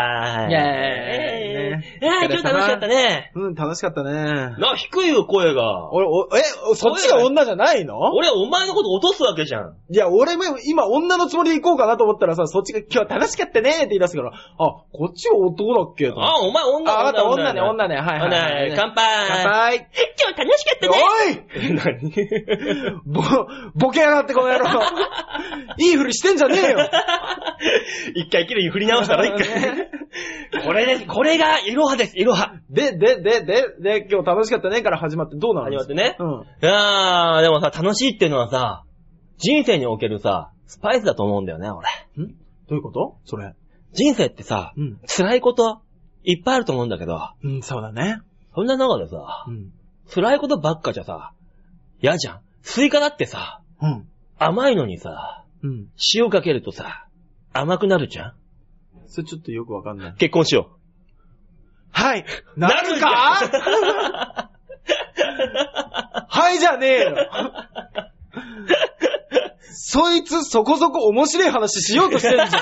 イェーイね
えー、今日楽しかったね。
うん、楽しかったね。
な、低いよ、声が。
俺、お、え、そっちが女じゃないの
俺、お前のこと落とすわけじゃん。
いや、俺も今女のつもりで行こうかなと思ったらさ、そっちが今日楽しかったねって言い出すから、あ、こっちは男だっけと思って
あ、お前女
あ、わかった、女ね、
女
女ね、はいはいはい、
ね。乾杯。
乾杯
今日楽しかったね。
おいぼ、ボケやがってこの
(laughs)
野郎いいふりしてんじゃねえよ
一回きれいに振り直したら、一回。これです。これが、いろはです。いろは。
(laughs) で、で、で、で、で、今日楽しかったねから始まってどうなるんですか
始まって
ね。
いやー、でもさ、楽しいっていうのはさ、人生におけるさ、スパイスだと思うんだよね、俺。
うん。んどういうことそれ。
人生ってさ、
うん
辛いこと、いっぱいあると思うんだけど、
うん、そうだね。
そんな中でさ
う、ん。
辛いことばっかじゃさ、嫌じゃん。スイカだってさ、
うん。
甘いのにさ、
うん。
塩かけるとさ、甘くなるじゃん
それちょっとよくわかんない。
結婚しよ
はい。
う。
なるか
か
(laughs)
(laughs)
はいじゃねえよ。そいつそこそこ面白い話しようとしてんじ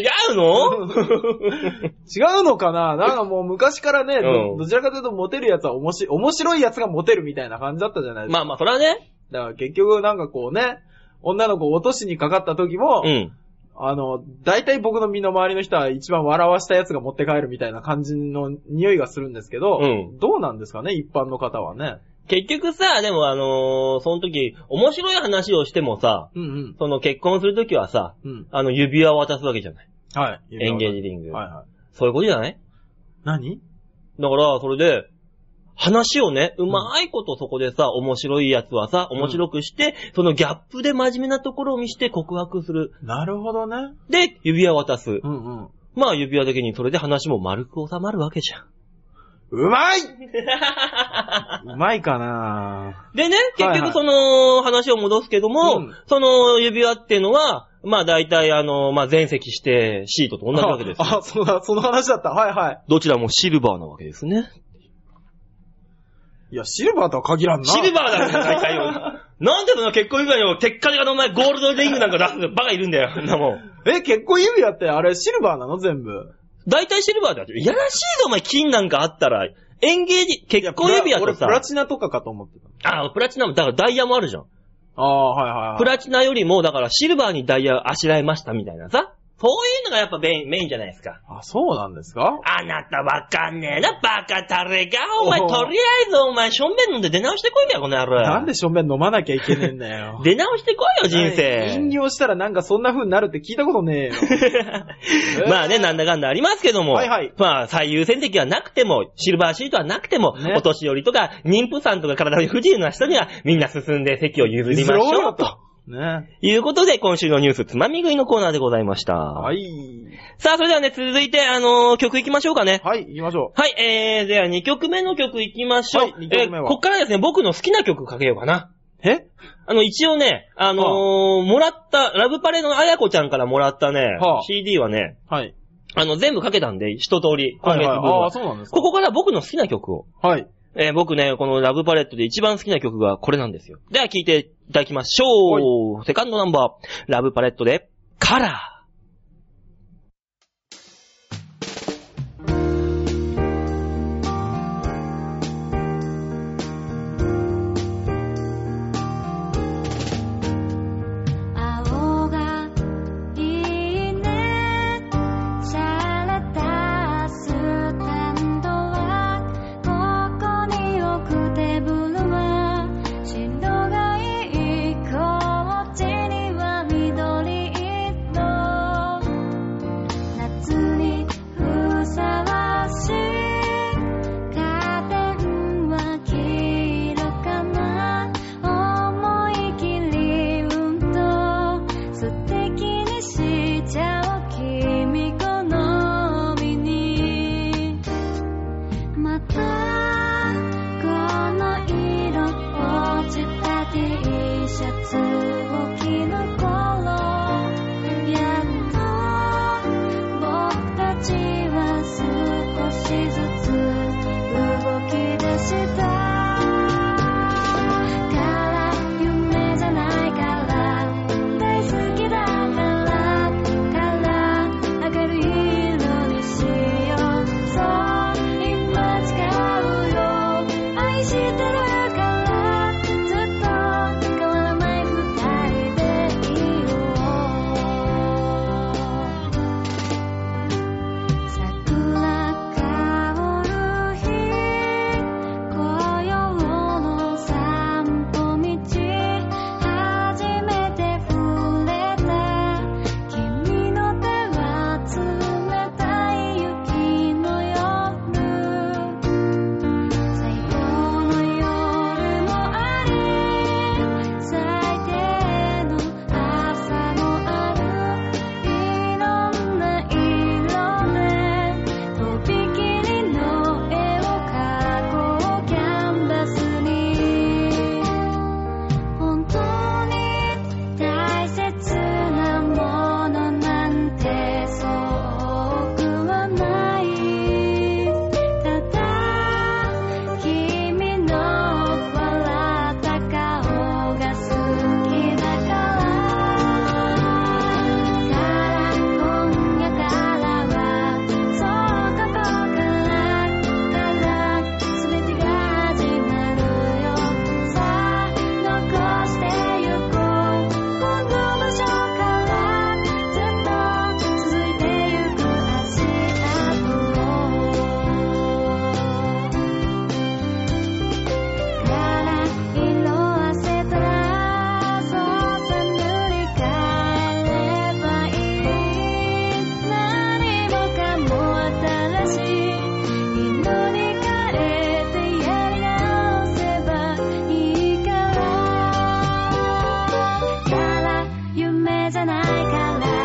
違うの
ゃん。違うのかななんかもう昔からね、
うん
どどちらかというとモテるやつは面白い、面白いやつがモテるみたいな感じだったじゃないですか。
まあまあ、それはね。
だから結局なんかこうね、女の子を落としにかかった時も、
うん。
あの、大体僕の身の回りの人は一番笑わしたやつが持って帰るみたいな感じの匂いがするんですけど、
うん
どうなんですかね、一般の方はね。
結局さ、でもあのーその時、面白い話をしてもさ、
うんうん。
その結婚する時はさ、
うん。
あの指輪を渡すわけじゃない。
はい。
エンゲージリング。
はいはい。
そういうことじゃない
何
だから、それで、話をね、うまいことそこでさ、面白いやつはさ、面白くして、そのギャップで真面目なところを見して告白する。
なるほどね。
で、指輪渡す。
うんうん。
まあ指輪的にそれで話も丸く収まるわけじゃん。
うまい (laughs) うまいかな
でね、結
はいは
局
い
その話を戻すけども、
うん
その指輪っていうのは、まあ大体あの、まあ全席してシートと同じわけですよ。
あ、あそうだ、その話だった。はいは
どちらもシルバーなわけですね。
い。いや、シルバーとは限らんな。
シルバーだろ、大体よ。 (laughs) なんでそんな結婚指輪にも、鉄火でかのお前ゴールドリングなんか出すのバカいるんだよ、そんなもん。
え、結婚指輪ってあれシルバーなの全部。
大体シルバーだよ。いやらしいぞ、お前、金なんかあったら。エンゲージ、結婚指輪
俺
とさ
プ、ラチナとかかと思ってた。
あ、プラチナも、だからダイヤもあるじゃん。
ああ、はいはいはい。
プラチナよりも、だからシルバーにダイヤをあしらいましたみたいなさ。そういうのがやっぱメインメインじゃないですか。
あ、そうなんですか
あなたわかんねえな、バカタレが。お前、
おう
とりあえずお前、しょんべん飲んで出直してこいよ、この野郎。
なんで正面飲まなきゃいけねえんだ (laughs) よ。
出直してこいよ、人生。
飲料したらなんかそんな風になるって聞いたことねえよ。
(laughs) まあね、なんだかんだありますけども、
はいはい
まあ最優先席はなくても、シルバーシートはなくても、
ね
お年寄りとか妊婦さんとか体に不自由な人にはみんな進んで席を譲りまし
譲ろ
ょ
う
う
と
と。
ね。
いうことで、今週のニュースつまみ食いのコーナーでございました。
はい。
さあ、それではね、続いて、あのー曲行きましょうかね。
はい、行きましょ
はい、えー、では2曲目の曲行きましょう。
はい二曲目
え
は
ーこっからですね、僕の好きな曲かけようかな。
う。え
あの、一応ね、あのーもらった、ラブパレのあやこちゃんからもらったね、
はあ
CD はね、
はい。
あの、全部かけたんで、一通り、今
はい、
月
はい。
分
あ
は
あ、。そうなんですか
ここから僕の好きな曲を。
はい。
えー僕ね、このラブパレットで一番好きな曲がこれなんですよ。では聴いていただきましょう。セカンドナンバー、ラブパレットで、カラー。
青がいいねシャレたスタンドはここに置くテーブルは白がいいこっちには緑色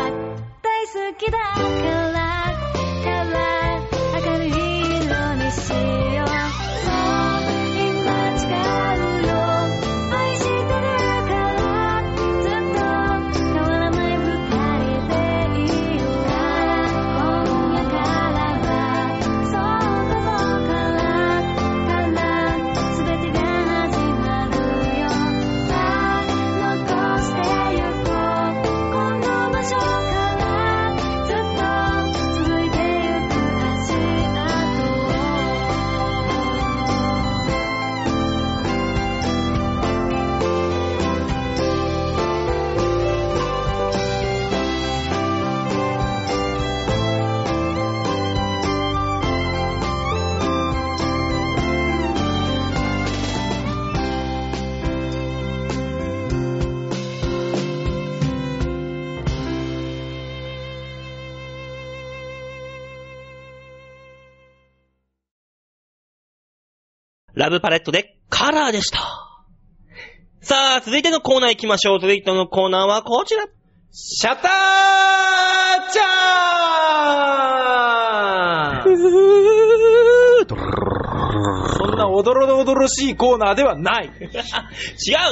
だからから明るい色にしようそう今誓うよ愛してるからずっと変わらない二人でいよう今夜からはそうここからから全てが始まるよさあ残してゆこうこの場所からずっと続いてゆく足跡を
ラブパレットでカラーでした。さあ、続いてのコーナー行きましょう。続いてのコーナーはこちら。 (laughs)
シャッターチャーンそんなおどろどどろしいコーナーではない。
違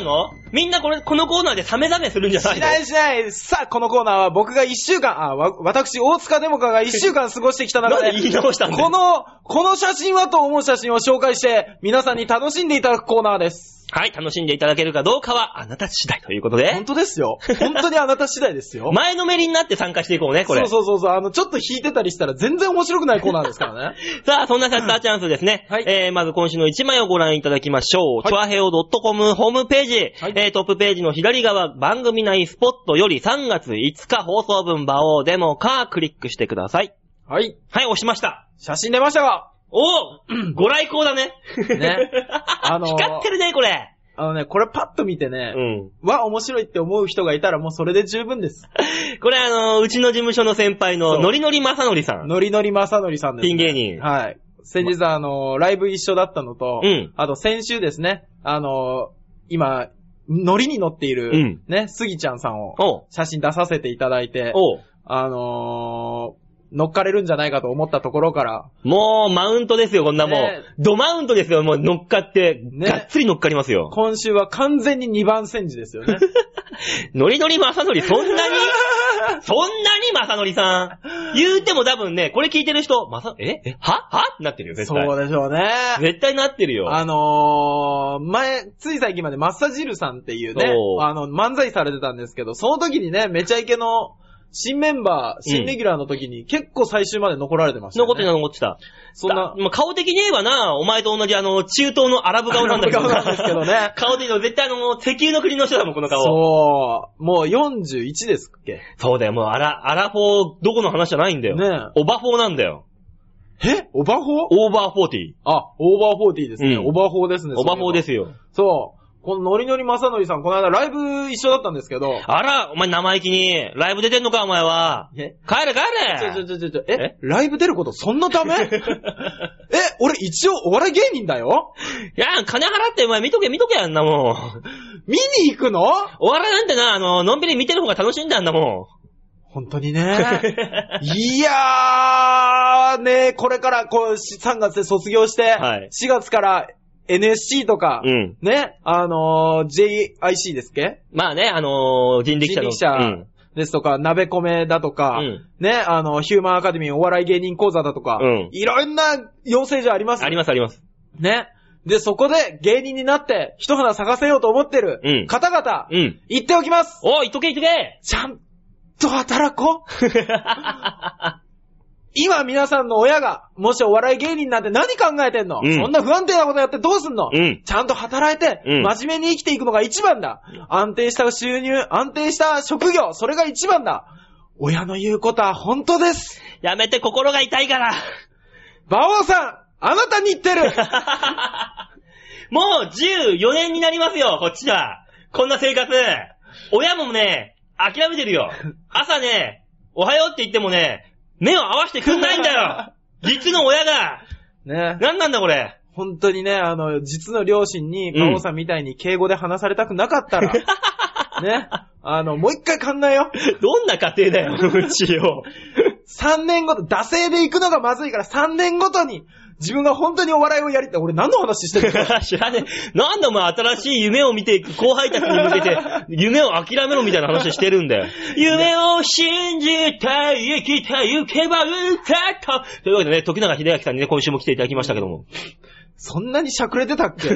うのみんなこれ、このコーナーでサメダメするんじゃない
し
の
ないしない。さあ、このコーナーは僕が一週間、あ、わ、私、大塚デモカが一週間過ごしてきた中
な
で、
んで言い直したんだよ
この、この写真はと思う写真を紹介して、皆さんに楽しんでいただくコーナーです。
はい、楽しんでいただけるかどうかはあなた次第ということ
本
で、
当ですよ。本当にあなた次第で
(laughs)
すよ。
前のめりになって参加していこうね、これ。
そうそうそうそう。あの、ちょっと引いてたりしたら全然面白くないコーナーですからね。
(laughs) さあ、そんなシャッターチャンスですね。
はい
えー、まず今週の1枚をご覧いただきましょう。
はい
チョアヘオ .com ホームページ、
はい
えー、トップページの左側、番組内スポットより3月5日放送分場をデモかクリックしてください。
はい。
はい、押しました。
写真出ましたが、
おお (clears throat) ご来光だね。 (laughs)
ねあのー
光ってるね、これ。
あのね、これパッと見てね、
うん。
わ、面白いって思う人がいたらもうそれで十分です。
これあのーうちの事務所の先輩の
そう
ノリノリマサノリさん。
ノリノリまさのりさんです、ね。
ピン芸人
はい。先日あの、ライブ一緒だったのと、
うん
あと先週ですね、あの、今、ノリに乗っている、
うん
ね、すぎちゃんさんを、
おう
写真出させていただいて、
おう
あのー乗っかれるんじゃないかと思ったところから、
もう、マウントですよ、こんなもん。
ね
ドマウントですよ、もう乗っかって、
ね
がっつり乗っかりますよ。
今週は完全に2番煎じです
(laughs)
よね。
ノリノリマサノリ、そん
(laughs)
なにそんなにマサノリさん。言うても多分ね、これ聞いてる人、マサ、ええははってなってるよ、絶対。
そうでしょうね。
絶対なってるよ。
あのー、前、つい最近までマッサジルさんっていうね
そう、
あの、漫才されてたんですけど、その時にね、めちゃイケの新メンバー、
うん
新レギュラーの時に結構最終まで残られてました
残
よ
って
ね。
た、残ってた。
そんな
だまあ顔的に言えばな、お前と同じあの、中東のアラブ顔なんだけど。
アラブ顔なんですけど
(laughs)
ね
顔的には絶対あの、石油の国の人だもん、この顔。そう
そう、もう41ですっけ
だよ、もうアラ、アラフォー、どこの話じゃないんだよ。
ね
オバフォーなんだよ。
えオバホ
オーバーフォーティー。
あ、オーバーフォーティーですね。
うん
オバホーですね。
オバフォーです
よ。
よ。
そう。このノリノリマサノリさん、この間ライブ一緒だったんですけど、
あら、お前生意気に、ライブ出てんのか、お前は。
え
帰れ帰
ちょちょ
れ
ちょちょちょ、え
え
ライブ出ることそんなダ
(laughs)
メえ、俺一応お笑い芸人だよ
い (laughs) や、金払ってお前見とけ見とけあんなもん。
見に行くの
お笑いなんてな、あの、のんびり見てる方が楽しいんだよあんなも
本当
(laughs)
にね。いやー、ねこれから、こう、し3月で卒業して、
はい
4月から NSC とか、
ん。うん。
ね、あのー JIC ですっけ
まあね、あのー人力車の。
人力車
うん。
ですとか、鍋米だとか、
うん
ね、あの、ヒューマンアカデミーお笑い芸人講座だとか、
うん
いろんな養成所あります
ありますあります。
ね。で、そこで芸人になって、一花咲かせようと思って
うん
る方々、
うん。
言っておきます
おい、言っとけ言っとけ
ちゃんと働こう
(laughs)
今皆さんの親が、もしお笑い芸人なんて何考えてんの、
うん
そんな不安定なことやってどうすん
(laughs)
の、
うん
ちゃんと働いて、
うん
真面目に生きていくのが一番だ。安定した収入、安定した職業、それが一番だ。親の言うことは本当です。
やめて、心が痛いから。 (laughs)
馬王さん、あなたに言ってる
もう14年になりますよ、こっちは。こんな生活。親もね、諦めてるよ。朝ね、おはようって言ってもね、目を合わせてくんないんだよ。実の親が。
ね
なんなんだこれ。 (laughs)
本当にね、あの、実の両親に、馬王さんみたいに敬語で話されたくなかっ
(laughs)
たら、ね、あの、もう一回考えよう。
どんな家庭だよ、うちを。
3年ごと、惰性で行くのがまずいから3年ごとに、自分が本当にお笑いをやりたい。俺何の話してるの
(laughs) 知らねえ。なんでお前新しい夢を見ていく後輩たちに向 (laughs) けて、夢を諦めろみたいな話してるんだよ。 (laughs) 夢を信じて生きてゆけば受けた。というわけでね、時永秀明さんにね、今週も来ていただきましたけども。
そんなにしゃくれてたっけ (laughs)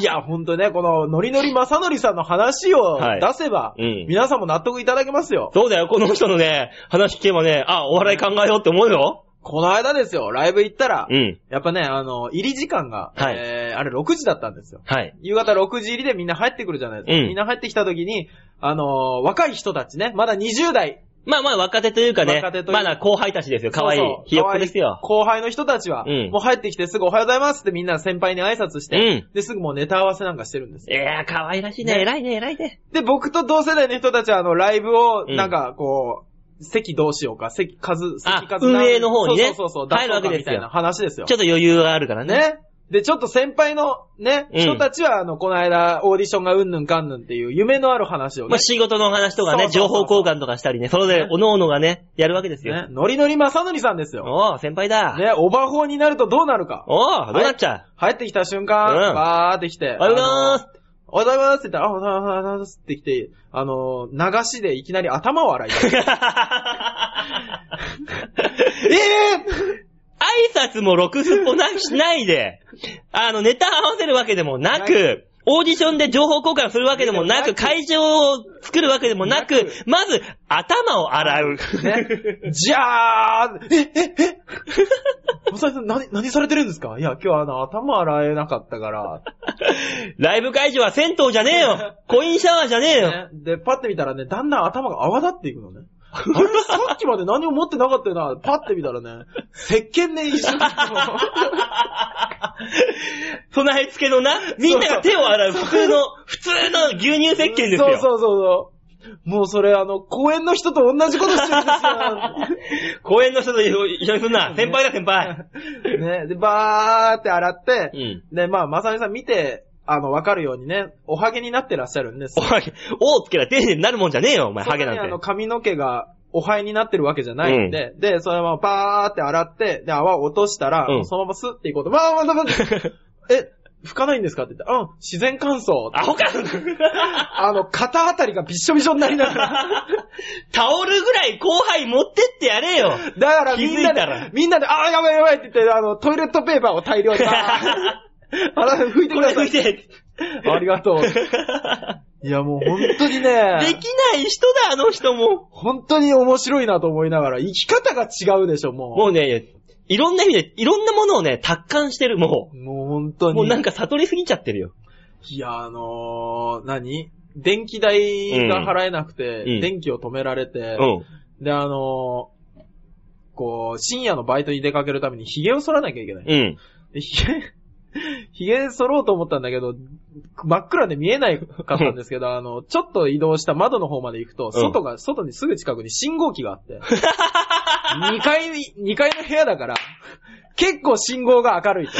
いや、ほんとね、この、ノリノリ正則さんの話を
はい
出せば、
うん
皆さんも納得いただけますよ。
そうだよ、この人のね、話聞けばね、あ、お笑い考えようって思うよ。
この間ですよ、ライブ行ったら、
うん。
やっぱね、あの、入り時間が、
はい
えー、あれ6時だったんですよ。
はい。
夕方6時入りでみんな入ってくるじゃないですか。
うん
みんな入ってきた時に、あのー若い人たちね、まだ20代。
まあまあ若手というかね
若手、という
まだ後輩たちですよ、可愛い
そうそう
ひよっこですよ。
後輩の人たちは、
うん
もう入ってきてすぐおはようございますってみんな先輩に挨拶して、
うん
で、すぐもうネタ合わせなんかしてるんですよ
いやー、可愛らしいね。
ね
偉いね、偉いね。
で、僕と同世代の人たちは、あの、ライブを、
うん
なんか、こう、席どうしようか、席数、
あ
席数何
運営の方にね
そうそうそうそう、
入るわけですよ
出そうかみたいな話ですよ
ち。ょっと余裕があるからね。
ね。で、ちょっと先輩のね、
うん
人たちは、あの、この間、オーディションがうんぬんかんぬんっていう夢のある話を
ま
ね
あ、、仕事の話とかね、
そうそ
情
うそう
報交換とかしたりね、それぞれ、おのおのがね、やるわけですよ。
ね、ノリノリ正則さんですよ。
おお先輩だ。
ね、オバホーになるとどうなるか。
おおどうなっち
(laughs)
ゃ
入ってきた瞬
う
間、
ん
バーってきて、
うおはようございます
おはようございますって言ったら、あ、おはようございますって来て、あの、流しでいきなり頭を
(laughs)
洗い出す。ええ
挨拶もろくすっぽなしないで、あの、ネタ合わせるわけでもな
な
く、オーディションで情報交換するわけでもなく、
なく
会場を作るわけでもな
な
く
く、
まず、頭を洗う。
ね。じゃあえ、え、えおさえさん、何、何されてるんですかいや、今日あの、頭洗えなかったから。
(laughs) ライブ会場は銭湯じゃねえよコインシャワーじゃねえよ
ねで、パッて見たらね、だんだん頭が泡立っていくのね。あれさっきまで何も持ってなかったよな。パッて見たらね、石鹸ね、一緒に。
(laughs) 備え付けのな、みんなが手を洗う普通の、普通の牛乳石鹸ですよ。
そうそうそうそう。もうそれ、あの、公園の人と同じことしてるんで
公園の人と一緒にすんな。先輩だ、先輩。
す
(laughs)
よ。ね、で、バーって洗って、
うん。
で、まあ、まさみさん見て、あの、わかるようにね、おはげになってらっしゃるんです
お
よ。
はげ、おをつけりゃ丁寧になるもんじゃねえよ、お前、ハゲなん
そんなにあの、
て。
髪の毛が、お灰になってるわけじゃないんで、で、そのままパーって洗って、で、泡を落としたら、
うん
そのままスッていこうと、まあまあまあまあえ、拭かないんですかって言って、うん、自然乾燥。
(laughs) アホか
あの、肩あたりがびっしょびしょになりながら。
(laughs) タオルぐらい後輩持ってってやれよ。
だから
気づ
みん
い
な
たら
で、みんなで、あーやばいやばいって言って、あの、トイレットペーパーを大量
(laughs)
に、あーあら、拭いて
こ
く
れ
ださ
拭い
い。
て。
ありがと
(laughs)
う。
でき
いや、もう本当にね。
ない人だ、あの人も。
本当に面白いなと思いながら、生き方が違うでしょ、も
もうね、いろんな意味で、いろんなものをね、達観してる、も
う。もう本
う。
当に。
もうなんか悟りすぎちゃってるよ。
いや、あのー、何電気代が払えなくて、
うん
電気を止められて、
うん。
で、あのーこう、深夜のバイトに出かけるために髭を剃らなきゃいけない。
うん。
で髭、髭剃ろうと思ったんだけど、真っ暗で見えないかったんですけど、あの、ちょっと移動した窓の方まで行くと、外が、外にすぐ近くに信号機があって、2階に、2階の部屋だから、結構信号が明るいと。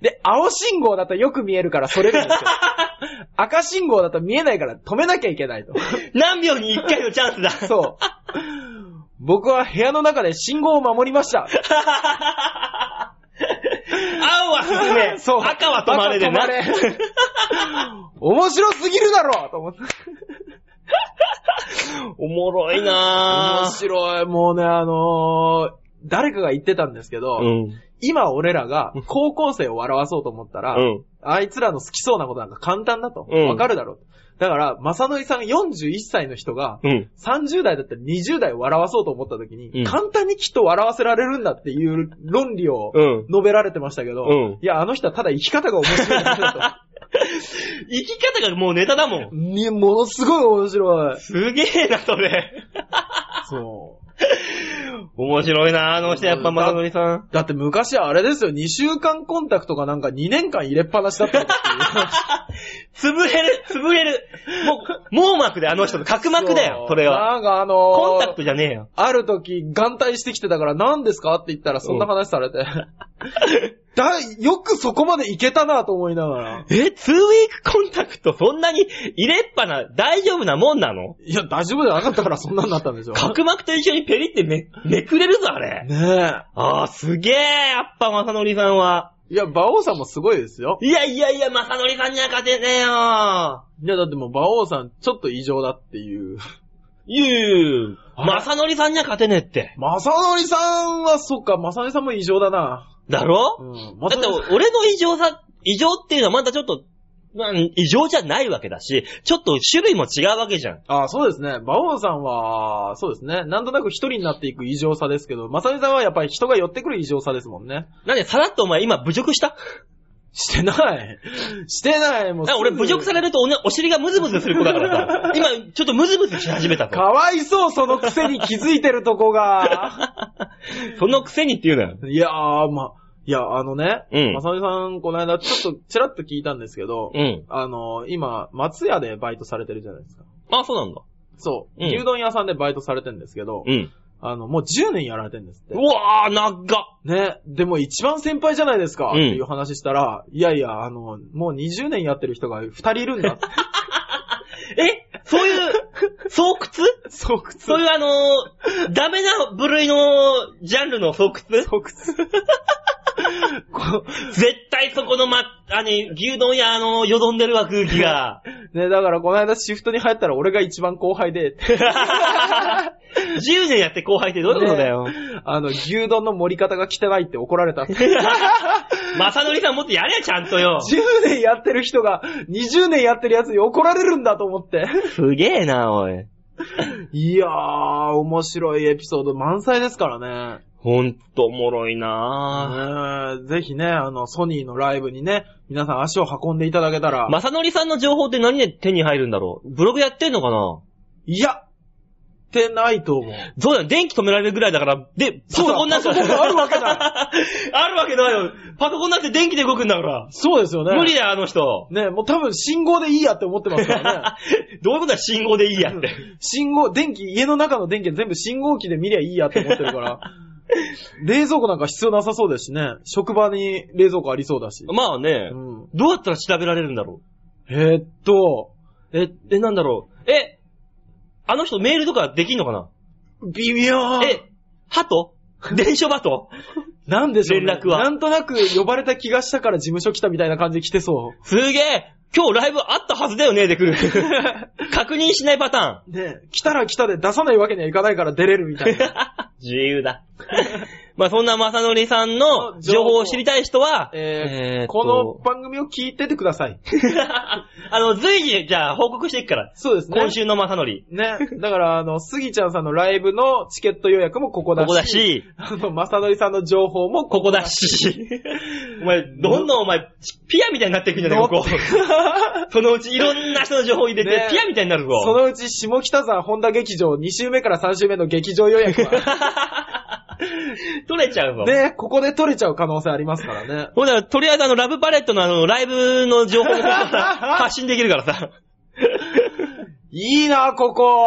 で、青信号だとよく見えるからそれるんですよ。赤信号だと見えないから止めなきゃいけないと。
何秒に一回のチャンスだ。
(laughs) そう。僕は部屋の中で信号を守りました。
青は進め。
(laughs) そう
赤は止まれでな。
赤は止まれ (laughs) 面白すぎるだろうと思って。
(laughs) おもろい
面
なぁ。
白い。もうね、あのー誰かが言ってたんですけど、
うん。
今俺らが高校生を笑わそうと思ったら、
うん。
あいつらの好きそうなことなんか簡単だと。
うん
わかるだろう。だから、正則さん41歳の人が、
うん。
30代だったり20代を笑わそうと思った時に、
うん
簡単にきっと笑わせられるんだっていう論理を
うん
述べられてましたけど、
うん
いや、あの人はただ生き方が面白いだけだと。
生き方がもうネタだもん。
ね、ものすごい面白い。
すげえな、それ。
そう。
面白いなぁ、あの人、やっぱ、まさのりさん。
だって昔あれですよ、2週間コンタクトがなんか2年間入れっぱなしだ (laughs) ったっていう
潰れる、潰れる。もう、網膜で、あの人の角膜だよ、それは。
なんかあのー
コンタクトじゃねえよ。
ある時、眼帯してきてたから何ですかって言ったらそんな話されて、 (laughs) だ、よくそこまでいけたなと思いながら。
え、ツーウィークコンタクトそんなに入れっぱな、大丈夫なもんなの
いや、大丈夫じゃなかったからそんなんなったんですよ。
角膜と一緒にペリってめ、めくれるぞ、あれ。
ね
ああ、すげえ、やっぱ、まさのりさんは。
え。いや、馬王さんもすごいですよ。
いやいやいや、まさのりさんには勝てねえよ。
いや、だってもう馬王さん、ちょっと異常だっていう。 (laughs)
ゆう、
あれ
まさのりさんには勝てねえって。
まさのりさんは、そっか、まさのりさんも異常だな。
だろ、
うん。ま
だ
さ
っ
の
て
りさん、
俺の異常さ、異常っていうのはまたちょっと、うん異常じゃないわけだし、ちょっと種類も違うわけじゃん。
あそうですね。馬王さんは、そうですね。なんとなく一人になっていく異常さですけど、まさのりさんはやっぱり人が寄ってくる異常さですもんね。
なんで、さらっとお前今侮辱した
してない。 (laughs) してない、もうす
あ
ぐ。
俺侮辱されるとお,、お尻がムズムズする子だ (laughs) からさ、今ちょっとムズムズし始めた
か
ぞ。
わいそう、そのくせに気づいてるとこが。
(laughs) そのくせにって言うなよ。
いやー、ま、いや、あのね、
うん
まさみさん、この間、ちょっと、ちらっと聞いたんですけど、
うん。
あの、今、松屋でバイトされてるじゃないですか。
あ、そうなんだ。
そう。
うん
牛丼屋さんでバイトされてるんですけど、
うん。
あの、もう10年やられてるんですって
う。わー、長っ。
ね、でも一番先輩じゃないですか、
うん
っていう話したら、いやいや、あの、もう20年やってる人が2人いる
(laughs)
んだって。
えそう (laughs) いう、巣窟
そう、くつ。
そういうあのー、ダメな部類のジャンルの巣窟
そう、
(laughs)
くつ。こ
絶対そこのま、あの、牛丼屋あの、よどんでるわ、空気 (laughs) が。
うね、だからこの間シフトに入ったら俺が一番後輩で、
10年やって後輩ってどういうことだよ。
あの、牛丼の盛り方が汚いって怒られたって。
(laughs) まさのりさんもっとやれよ、ちゃんとよ。
10年やってる人が20年やってるやつに怒られるんだと思って。
すげえな、おい。
いやー、面白いエピソード満載ですからね。
ほんとおもろいな
ねえぜひね、あの、ソニーのライブにね、皆さん足を運んでいただけたら。
まさのりさんの情報って何で手に入るんだろうブログやってんのかない
や、ってないと思う。
そうだよ、電気止められるぐらいだから、で、パソコンなんて。
そうだパソコンあるわけな
(laughs) あるわけないよ。パソコンなんて電気で動くんだから。
そうですよね。
無理だよ、あの人。
ねもう多分信号でいいやって思ってますからね。
(laughs) どういうことだ、信号でいいやって。 (laughs)
信号、電気、家の中の電気全部信号機で見りゃいいやって思って
(laughs)
るから。冷蔵庫なんか必要なさそうですしね。職場に冷蔵庫ありそうだし。
まあね
う、ん。
どうやったら調べられるんだろ
えーっと、
う。え、え、なんだろう。え、あの人メールとかできんのかな
微妙
え、ハト (laughs) 電書バト
なんでしょう、ね、
連絡は
なんとなく呼ばれた気がしたから事務所来たみたいな感じで来てそ
(laughs) すげえ今日ライブあったはずだよねで来る。 (laughs) 確認しないパタ
う。ね来たら来たで出さないわけにはいかないから出れるみたい
(laughs) ー
な。
ン。自由だ。 (laughs) まあそんなまさのりさんの情報を知りたい人は、
えー
ーっと
この番組を聞いててください。
(laughs) あの、随時、じゃあ報告していくから。
そうですね。
今週のまさのり。
ね。だから、あの、すぎちゃんさんのライブのチケット予約もここだ
こ
し。
こだし、
あの、まさのりさんの情報も
こ
こ
こ
こ
だ
だし。
し。お前、どんどんお前、ピアみたいになっていくんじゃないここ。そのうちいろんな人の情報入れて
ね、
ピアみたいになるぞ。
そのうち、下北沢本田劇場2週目から3週目の劇場予約は、
(laughs) 取れちゃうぞ。
ね、ここで取れちゃう可能性ありますからね。
ほんなら、とりあえずあの、ラブパレットのあの、ライブの情報も (laughs) さ発信できるからさ。
いいな、こ
(laughs)
こ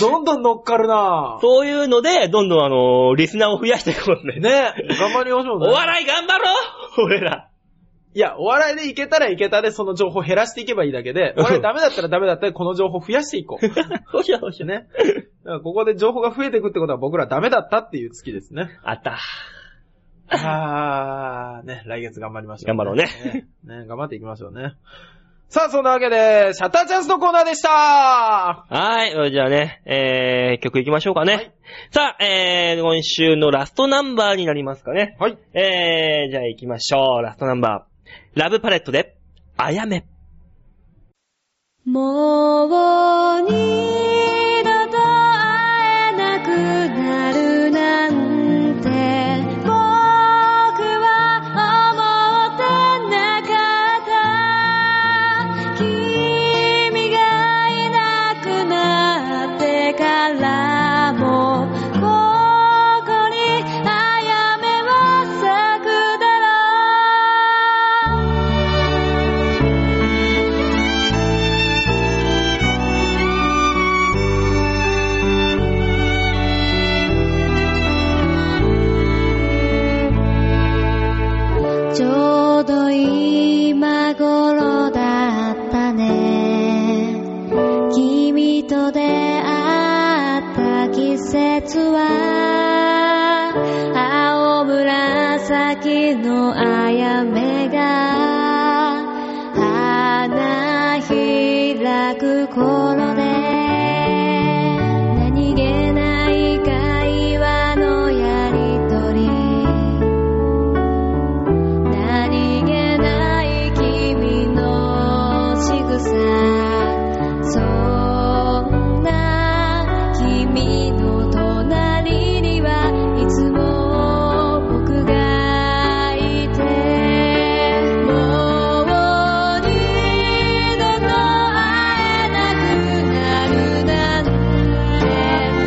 どんどん乗っかるな
そういうので、どんどんあの、リスナーを増やしていこうね。
ね、頑張りましょう
お
ね。
笑い頑張ろ (laughs) う俺ら。
いや、お笑いでいけたらいけたで、その情報減らしていけばいいだけで、お笑いダメだったらダメだったら、この情報増やしていこう。だか
どうしようどうしようね。
らここで情報が増えていくってことは僕らダメだったっていう月ですね。
(laughs) あった。
あー、ね、来月頑張りましょう、
頑張ろうね
ね。ね頑張っていきましょうね。さあ、そんなわけで、シャッターチャンスのコーナーでした
はい。じゃあね、えー、曲行きましょうかね。さあ、えー、今週のラストナンバーになりますかね。
はい。
えー、じゃあ行きましょう。ラストナンバー。ラブパレットで、あやめ。
もう二度と会えなくなるなんて僕は思ってなかった君がいなくなってからもここにあやめは咲くだろう「節は青紫のあやめが花開く頃で何気ない会話のやりとり何気ない君の仕草そんな君の隣にはいつも僕がいてもう二度と会えなくなるなんて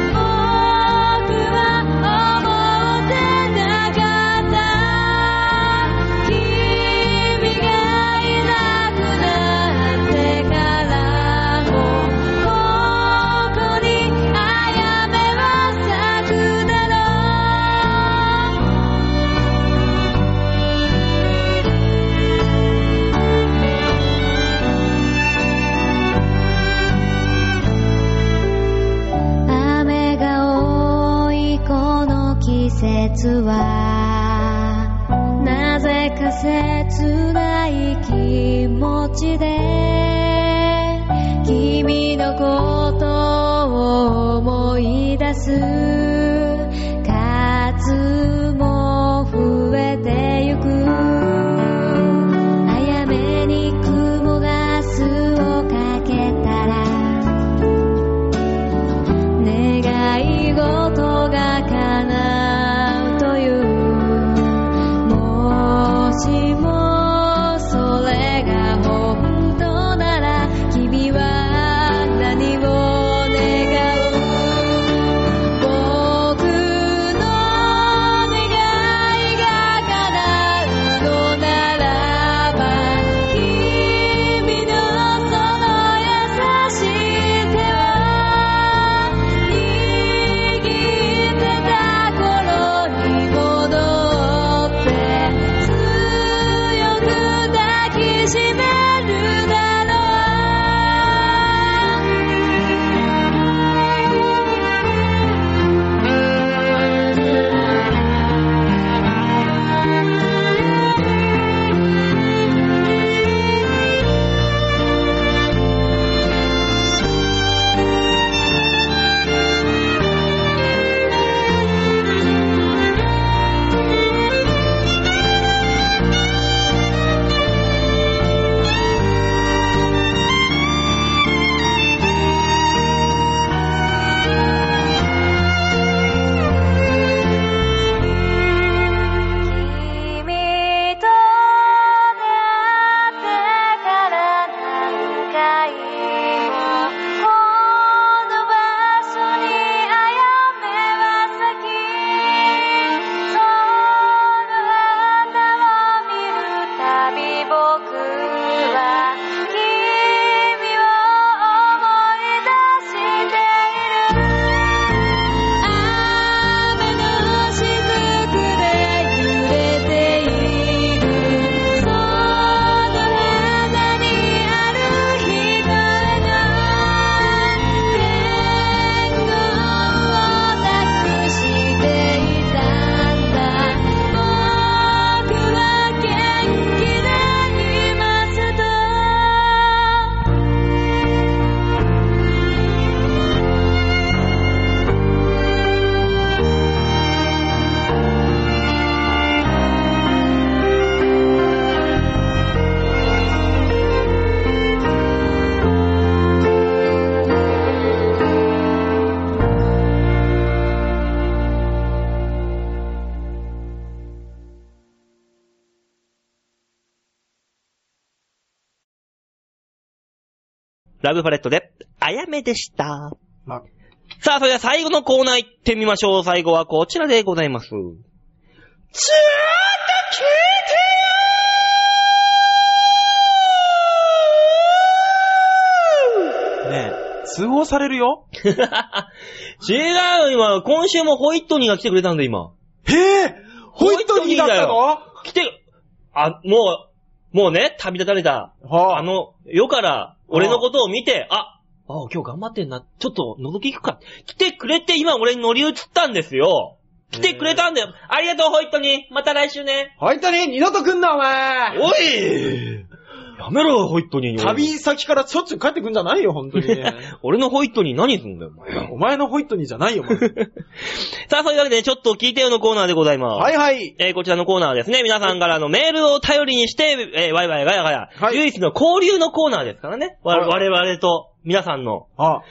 僕は思ってなかった君がいなくなってからもここにあやめは咲くだろう雨が多いこの季節はなぜか切ない気持ちで君のことを思い出す数も増えてゆく早めに雲が巣をかけたら願い事が叶うというもしもそれが本当なら君は何を願う僕の願いが叶うのならば君のその優しい手を握ってた頃に戻って強く抱きしめるだろう君と出会ってから何回もこの場所にあやめは咲きその花を見るたび僕は君を思い出している雨のしずくで揺れているその花にある光が天空を託していたんだ僕は元気でいますと
ラブパレットで、あやめでした。
まあ、
さあ、それでは最後のコーナー行ってみましょう。最後はこちらでございます。ちゅーっと聞いて
ねえ、通報されるよ
違うよ、今。今週もホイットニーが来てくれたんだ、今。
へえホイットニーだったの
ホ来て、あ、もう、もうね、旅立たれた。
は
あの、世から、俺のことを見て、あ、ああ、今日頑張ってんな。ちょっと覗き行くか。来てくれて、今俺に乗り移ったんですよ。来てくれたんだよ。ありがとう、ホイットに。また来週ね。
ホイットニー二度と来んな、お前
おいやめろ、ホイットに。
旅先からしょっちゅう帰ってくんじゃないよ、本当に。
(laughs) 俺のホイットに何すんだよ、お前。
お前のホイットニーじゃないよ、お前
さあ、そういうわけで、ちょっと聞いてよのコーナーでございます。
はいはい。
えーこちらのコーナーはですね、皆さんからのメールを頼りにして、えーワイワイガヤガヤ、
はい
唯一の交流のコーナーですからね。わ
は
我々と皆さんの、
あ、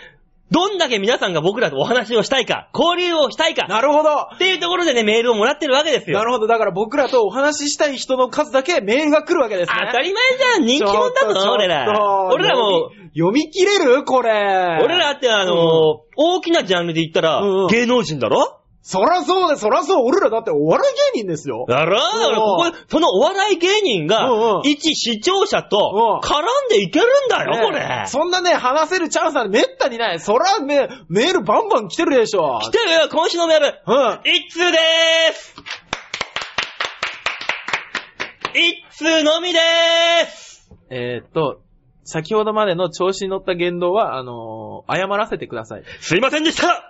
どんだけ皆さんが僕らとお話をしたいか、交流をしたいか、
なるほど。
っていうところでね、メールをもらってるわけですよ。
なるほど。だから僕らとお話ししたい人の数だけメールが来るわけですね。
当たり前じゃん、人気者
ちょっ
だ
と
ぞ、俺ら
ちょっ。と
俺らも、
読み切れるこれ。俺
俺らってあのー
うん
大きなジャンルで言ったら、
うんうん
芸能人だろ
そらそうで、そらそう。俺らだってお笑い芸人ですよ。
だろだから
うんうん
ここ、そのお笑い芸人
うん
が
う、ん
一視聴者と
うん
絡んでいけるんだよ、こ
ね
れ。
そんなね、話せるチャンスはめったにない。そらね、メールバンバン来てるでしょ。
来てるよ、今週のメール。
うん。
一通でーす一通のみでーす
えーっと、先ほどまでの調子に乗った言動は、あのー謝らせてください。
すいませんでした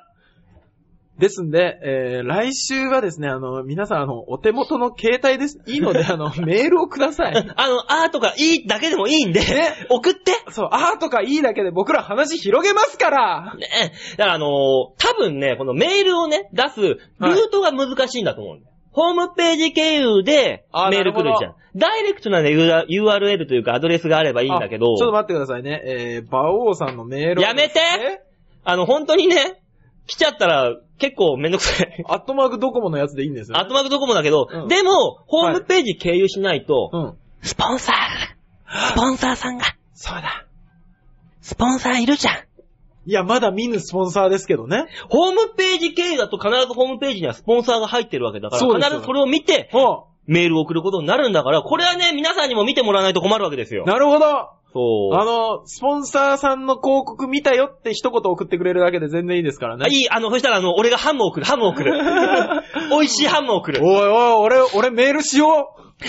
ですんで、えー、来週はですね、あの、皆さん、あの、お手元の携帯です。いいので、
(laughs)
あの、メールをください。
あの、あーとかいいだけでもいいんで
ね、
送って
そう、あーとかいいだけで僕ら話広げますから
ねだからあのー多分ね、このメールをね、出すルートが難しいんだと思うんだよ。ホームページ経由で
あー
メール来るじゃ
なる
ん。ダイレクトなね、U- URL というかアドレスがあればい
い
いんだけど、
ちょっと待ってくださいね。えー、馬王さんのメールを
やめて
え
あの、本当にね、来ちゃったら結構めんどくさい。
アットマークドコモのやつでいいんですよ、
アットマークドコモだけど、
うん
でも、ホームページ経由しないと、
うん。
スポンサーが、スポンサーさんが、
そうだ。
スポンサーいるじゃん。
いや、まだ見ぬスポンサーですけどね。
ホームページ経由だと必ずホームページにはスポンサーが入ってるわけだか
そうで
ら、
すよ
必ずそれを見て、
ほ
メールを送ることになるんだから、これはね、皆さんにも見てもらわないと困るわけです
う。
よ。
なるほど。
そう。
あの、スポンサーさんの広告見たよって一言送ってくれるだけで全然いいですからね。
あいい、あの、そしたら、あの、俺がハムを送る、ハムを
(laughs)
送る。美味しいハムを送る。
おいおい、俺、俺メールしよう。
(laughs)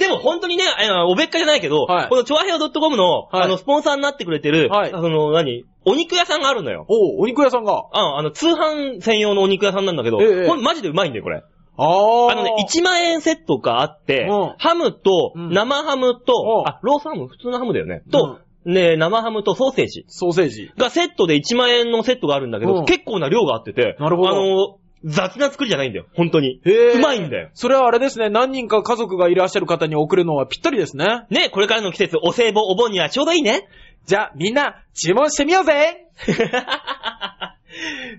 でも本当にね、あのおべっかじゃないけど、
はい
このチョアヘオ .com の、
はい
あの、スポンサーになってくれてる、
はい
あの、何お肉屋さんがあるのよ。
おう、お肉屋さんが。
あ、あの、通販専用のお肉屋さんなんだけど、
ええ
これマジでうまいんだよ、これ。
あー。
あのね、1万円セットがあって
うん、
ハムと、
うん
生ハムと
う、ん
あ、ロースハム、普通のハムだよね。と、ね、生ハムとソーセージ
ソーセージ。
がセットで1万円のセットがあるんだけ
う
ど、
ん
結構な量があってて、
なるほど
あの、雑な作りじゃないんだよ、本当に。
へー
うまいんだよ。
それはあれですね、何人か家族がいらっしゃる方に送るのはぴったりですね。
ね、これからの季節、お歳暮、お盆にはちょうどいいね。 (laughs)
じゃあ、みんな、注文してみようぜ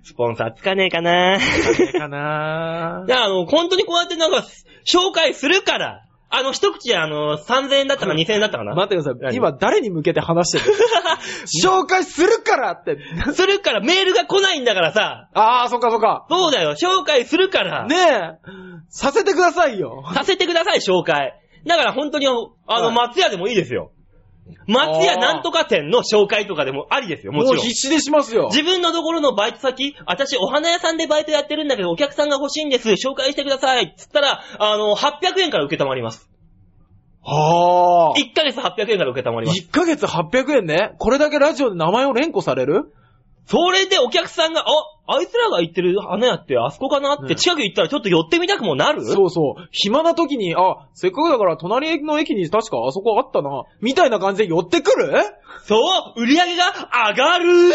スポンサーつかねえかな (laughs)
かな
だからあの、本当にこうやってなんか、紹介するから、あの、一口であの、3000円だったか2000円だったかな。
待ってくださ
何
い。今、誰に向けて話してる (laughs) 紹介するからって。
(laughs) するからメールが来ないんだからさ、
(laughs) あー、そっかそっか。
そうだよ、紹介するから、
ねえ、させてくださいよ。
させてください、紹介。だから本当に、あ
は
の、
い
松屋でもいいですよ。松屋
あー
なんとか店の紹介とかでもありですよ、も
も
ちろ
う
ん
必。死でしますよ。
自分のところのバイト先、私お花屋さんでバイトやってるんだけど、お客さんが欲しいんです、紹介してください、つったら、あの、800円から受けたまります。
はー。
1ヶ月800円から受けたまります。
1ヶ月800円ね。これだけラジオで名前を連呼される
それでお客さんが、あ、あいつらが行ってる花屋ってあそこかなっ
う
て
ん
近く行ったらちょっと寄ってみたくもなる
そうそう。暇な時に、あ、せっかくだから隣の駅に確かあそこあったな。みたいな感じで寄ってくる
そう売り上げが上がる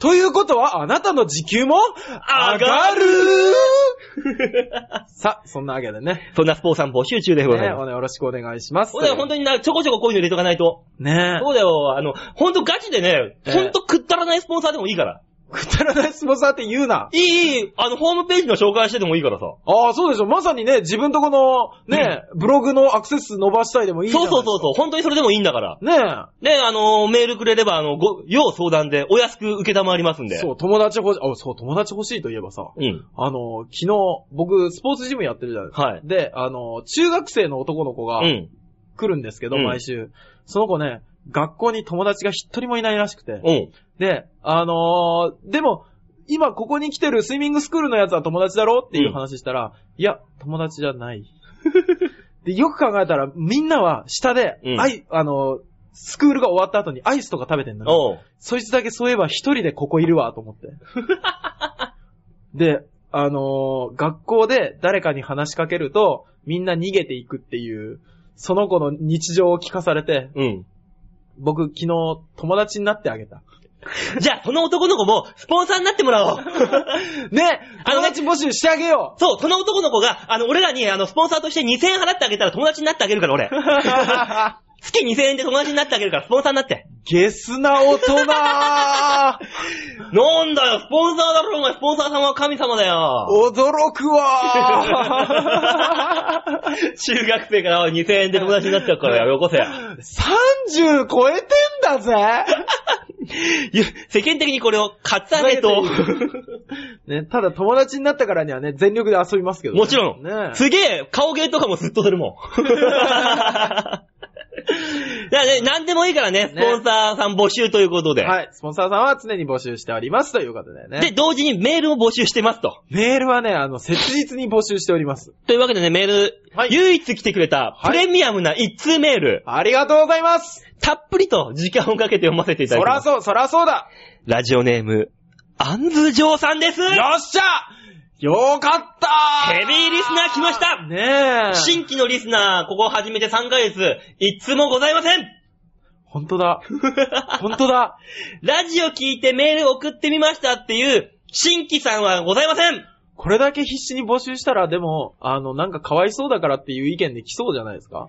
ということは、あなたの時給も上がる (laughs) さ、そんなわけでね。
そんなスポーさん募集中でござい
ね
ます。
おねよろしくお願いします。
そうだよ、本当にな、ちょこちょここういうの入れとかないと。
ね
そうだよ、あの、ほんとガチでね、
ええ
ほんとくったらないスポンサーでもいいから。
くだらないスポンサーって言うな。
いい、いい、あの、ホームページの紹介してでもいいからさ。
ああ、そうでしょ。まさにね、自分とこの、ね、ブログのアクセス数伸ばしたいでもいいじゃ
そ
な
う
いです
そ
か
うそうそう、本当にそれでもいいんだから。
ね
ね、あの、メールくれれば、あの、ご、要相談でお安く受けたまわりますんで。
そう、友達欲しい、あ、そう、友達欲しいといえばさ、
うん。
あの、昨日、僕、スポーツジムやってるじゃないですか。
はい
で、あの、中学生の男の子が
うん。
来るんですけど、
うん
毎週。その子ね、学校に友達が一人もいないらしくて。
うん。
で、あのーでも、今ここに来てるスイミングスクールのやつは友達だろっていう話したら、いや、友達じゃない。で、よく考えたら、みんなは下で、
うん
あい、あのースクールが終わった後にアイスとか食べてんのよ。
おう。
そいつだけそういえば一人でここいるわ、と
(laughs)
思って。で、あのー学校で誰かに話しかけると、みんな逃げていくっていう、その子の日常を聞かされて、
うん。
僕昨日友達になってあげた。
じゃあ、その男の子も、スポンサーになってもらおう。 (laughs)
(laughs) ね
あの
友
ね
達募集してあげよ
そう、その男の子が、あの、俺らに、あの、スポンサーとして2000円払ってあげたら友達になってあげる (laughs) から、俺。
う
月2000円で友達になってあげるから、スポンサーになって。
ゲスな大人
なんだよ、スポンサーだろ、お前、スポンサー様は神様だよ。
驚くわー
中学生から2000円で友達になっちゃうから、よこせ。
!30 超えてんだぜ
いや世間的にこれを、カツアゲと、
ね、ただ友達になったからにはね、全力で遊びますけど、ね。
もちろん
ね
すげえ、顔芸とかもずっとするも
(laughs)
ん。だからね、なんでもいいからね、スポンサーさん募集ということで。
はい。スポンサーさんは常に募集しておりますということでね。
で、同時にメールを募集してますと。
メールはね、あの、切実に募集しております。
というわけでね、メール、
はい
唯一来てくれた
は
プ
い
レミアムな一通メール、
ありがとうございます
たっぷりと時間をかけて読ませていた
そ
だき
ら
ます。
そう、そらそうだ
ラジオネーム、アンズジョーさんです
よっしゃよかったー
ヘビーリスナー来ました
ねえ。
新規のリスナー、ここを始めて3ヶ月、一通もございません (laughs)
本当だ。本当 (laughs) だ。
ラジオ聞いてメール送ってみましたっていう、新規さんはございません
これだけ必死に募集したら、でも、あの、なんかかわいそうだからっていう意見で来そうじゃないですか。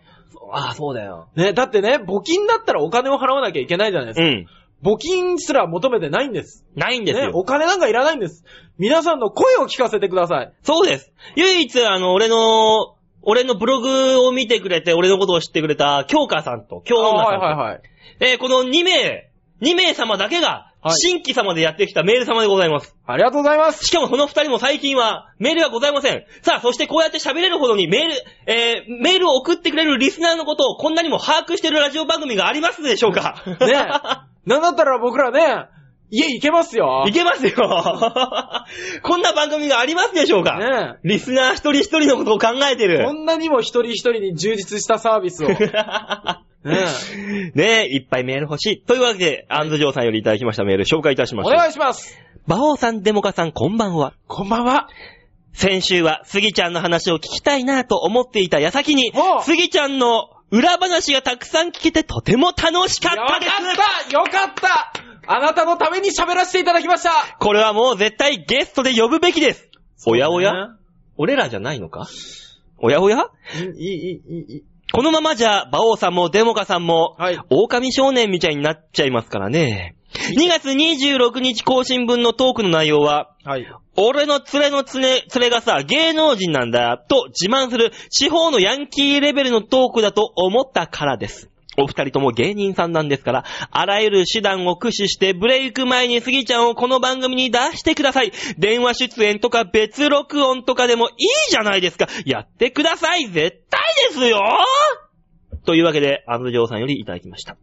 ああ、そうだよ。
ね、だってね、募金だったらお金を払わなきゃいけないじゃないです
う
か。
ん。
募金すら求めてないんです。
ないんです
ね、
よ。
お金なんかいらないんです。皆さんの声を聞かせてください。
そうです。唯一、あの、俺の、俺のブログを見てくれて、俺のことを知ってくれた、京香さんと、京
あ
女さんと、
はいはいはい。
えーこの2名、2名様だけが
は、い
新規様でやってきたメール様でございます。
ありがとうございます。 (laughs)
しかもその2人も最近は、メールがございません。さあ、そしてこうやって喋れるほどにメール、えーメールを送ってくれるリスナーのことをこんなにも把握してるラジオ番組がありますでしょうか
ね、なんだったら僕らね、家行けますよ。
(laughs) いけますよこんな番組がありますでしょうか、
ね
リスナー一人一人のことを考えて (laughs) る
こ。んなにも一人一人に充実したサービ
(laughs)
スを。ね
ねえ、いっぱいメール欲しい。というわけで、アンズジョーさんよりいただきましたメール紹介いたしま
お
す。
願いします。
バオさん、デモカさん、こんばんは。
こんばんは。
先週は、スギちゃんの話を聞きたいなと思っていた矢先に
ほ、う
スギちゃんの裏話がたくさん聞けてとても楽しか
よ
った
か
で
っ
す
たよかったあなたのために喋らせていただきました
これはもう絶対ゲストで呼ぶべきですおやおや俺らじゃないのかおやおや
いい、いい、いい、いい。
このままじゃ、馬王さんもデモカさんも、
はい
狼少年みたいになっちゃいますからね。2月26日更新分のトークの内容は、
はい。
俺の連れの連れ連れがさ、芸能人なんだ、と自慢する地方のヤンキーレベルのトークだと思ったからです。お二人とも芸人さんなんですから、あらゆる手段を駆使してブレイク前にスギちゃんをこの番組に出してください。電話出演とか別録音とかでもいいじゃないですか。やってください。絶対ですよというわけで、アンドジョーさんよりいただきました。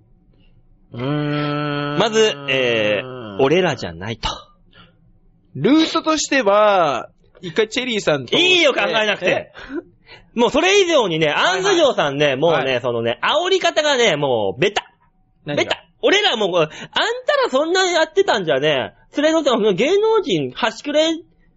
うーん
まず、えー、、俺らじゃないと。
ルートとしては、一回チェリーさんと。
いいよ、考えなくて。もうそれ以上にね、アンズジョーさんね、もうね、
は
そのね、煽り方がね、もう、ベタ。
え。
ベタ。俺らもう、あんたらそんなやってたんじゃね、連れのっても芸能人、端くれ、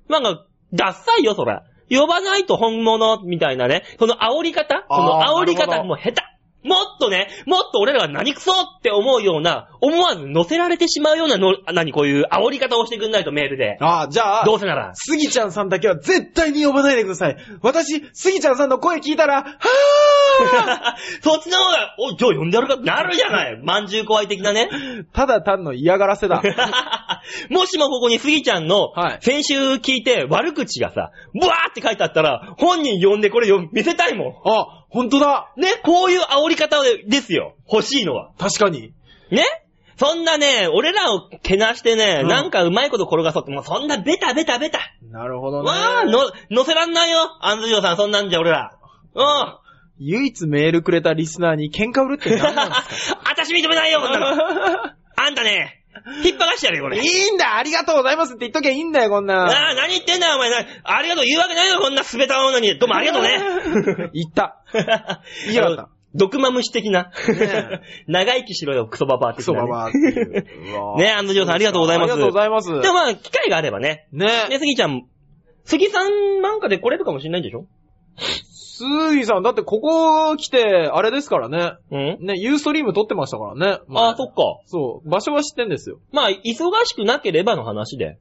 なんか、ダッサいよ、それ。呼ばないと本物、みたいなね。その煽り方その
あー
煽り
なる
方、
ほど
もう下手。もっとね、もっと俺らが何クソって思うような、思わず乗せられてしまうようなの、何こういう煽り方をしてくんないとメールで。
ああ、じゃあ、
どうせなら。
スギちゃんさんだけは絶対に呼ばないでください。私、スギちゃんさんの声聞いたら、は
(laughs)
ぁ
そっちの方が、お、じゃあ呼んでやるかってなるじゃ
(laughs)
ない。まんじゅう怖い的なね。 (laughs)
ーただ単の嫌がらせだ。
もしもここにスギちゃんの
は、い
先週聞いて悪口がさ、ブワーって書いてあったら、本人呼んでこれ読み見せたいも
あ、ほんとだ
ん。ね、こういう煽り方でですよ。欲しいのは。
確かに。
ねそんなね、俺らをけなしてね、
うん
なんかうまいこと転がそうって、もうそんなベタベタベタ。
なるほどね。
わあ、の、乗せらんないよ。アンズジョーさん、そんなんじゃ俺ら。うん。
唯一メールくれたリスナーに喧嘩売るって何なんですか
(laughs) 私認めないよ、こんなの。あんたね、引っ張らしてやるよ、これ。
(laughs) いいんだありがとうございますって言っときゃいいんだよ、こんな
ああ、何言ってんだよ、お前。なありがとう、言うわけないよ、こんな滑った女に。どうもありがとうね。
(laughs) ん。言った。言いやがった
毒マムシ的な。
ね
長生きしろよ、クソババア
ク
的
ソ
な、ね。
ババアって (laughs) いう。うわ
ねえ、アンドジョーさんありがとうございます。
ありがとうございます。
でもまあ、機会があればね。
ね
ね、杉ちゃん、杉さんなんかで来れるかもしれないんでしょ
スーギさん、だってここ来て、あれですからね。
うん
ね、ユーストリーム撮ってましたからね。
ああ、そっか。
そう、場所は知ってんですよ。
まあ、忙しくなければの話で。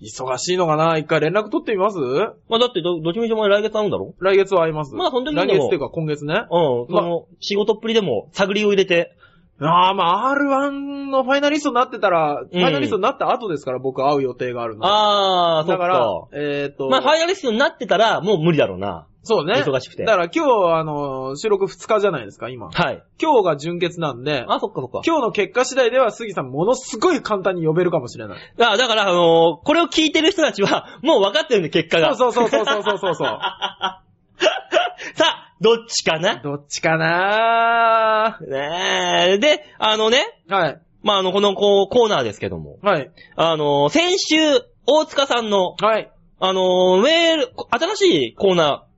忙しいのかな一回連絡取ってみます
まあ、だってど、どっちみちお前来月会うんだろ
来月は会います。
まあ本当にでも
来月っていうか今月ね。
うん、そ
まあ
の、仕事っぷりでも探りを入れて。
ああ、まあ R1 のファイナリストになってたら、ファイナリストになった後ですから僕会う予定があるの。
ああ、そ
だ
っ
か
か。
ら、えっ、と、
まあ、ファイナリストになってたら、もう無理だろうな。
そうね。
忙しくて
だから今日、あの、収録2日じゃないですか、今。
はい。
今日が純潔なんで、
あ、そっかそっか。
今日の結果次第では杉さんものすごい簡単に呼べるかもしれない。
あだから、あのーこれを聞いてる人たちは、 (laughs) もう分かってるんで、結果が。
そうそうそうそうそうそう
(laughs)
そ
さ
う。
あ、どっちかな
どっちかな
ねえ。で、あのね、
はい。
まあ、あの、このこうコーナーですけども、
はい。
あのー先週、大塚さんの、
はい。
あのーメール、新しいコーナー、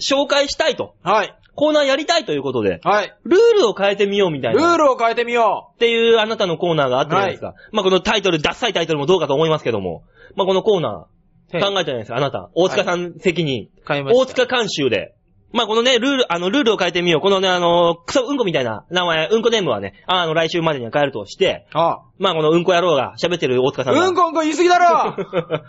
紹介したいと、
はい。
コーナーやりたいということで、
はい。
ルールを変えてみようみたい
ル
な、
ー
っ
ルを変えてみよ
ていうあなたのコーナーがあったじゃないですか。まあ、このタイトル、ダッサいタイトルもどうかと思いますけども、まあ、このコーナ
う。
ー、考えたじゃないですか、あなた。大塚さん責任。
変えま
大塚監修で。まあ、このね、ルール、あの、ルールを変えてみよう。このね、あの、クソうんこみたいな名前、うんこネームはね、あの、来週までには変えるとして、
あ
まあ、このうんこ野郎が喋ってる大塚さんが。
うんこうんこ言い過ぎだろ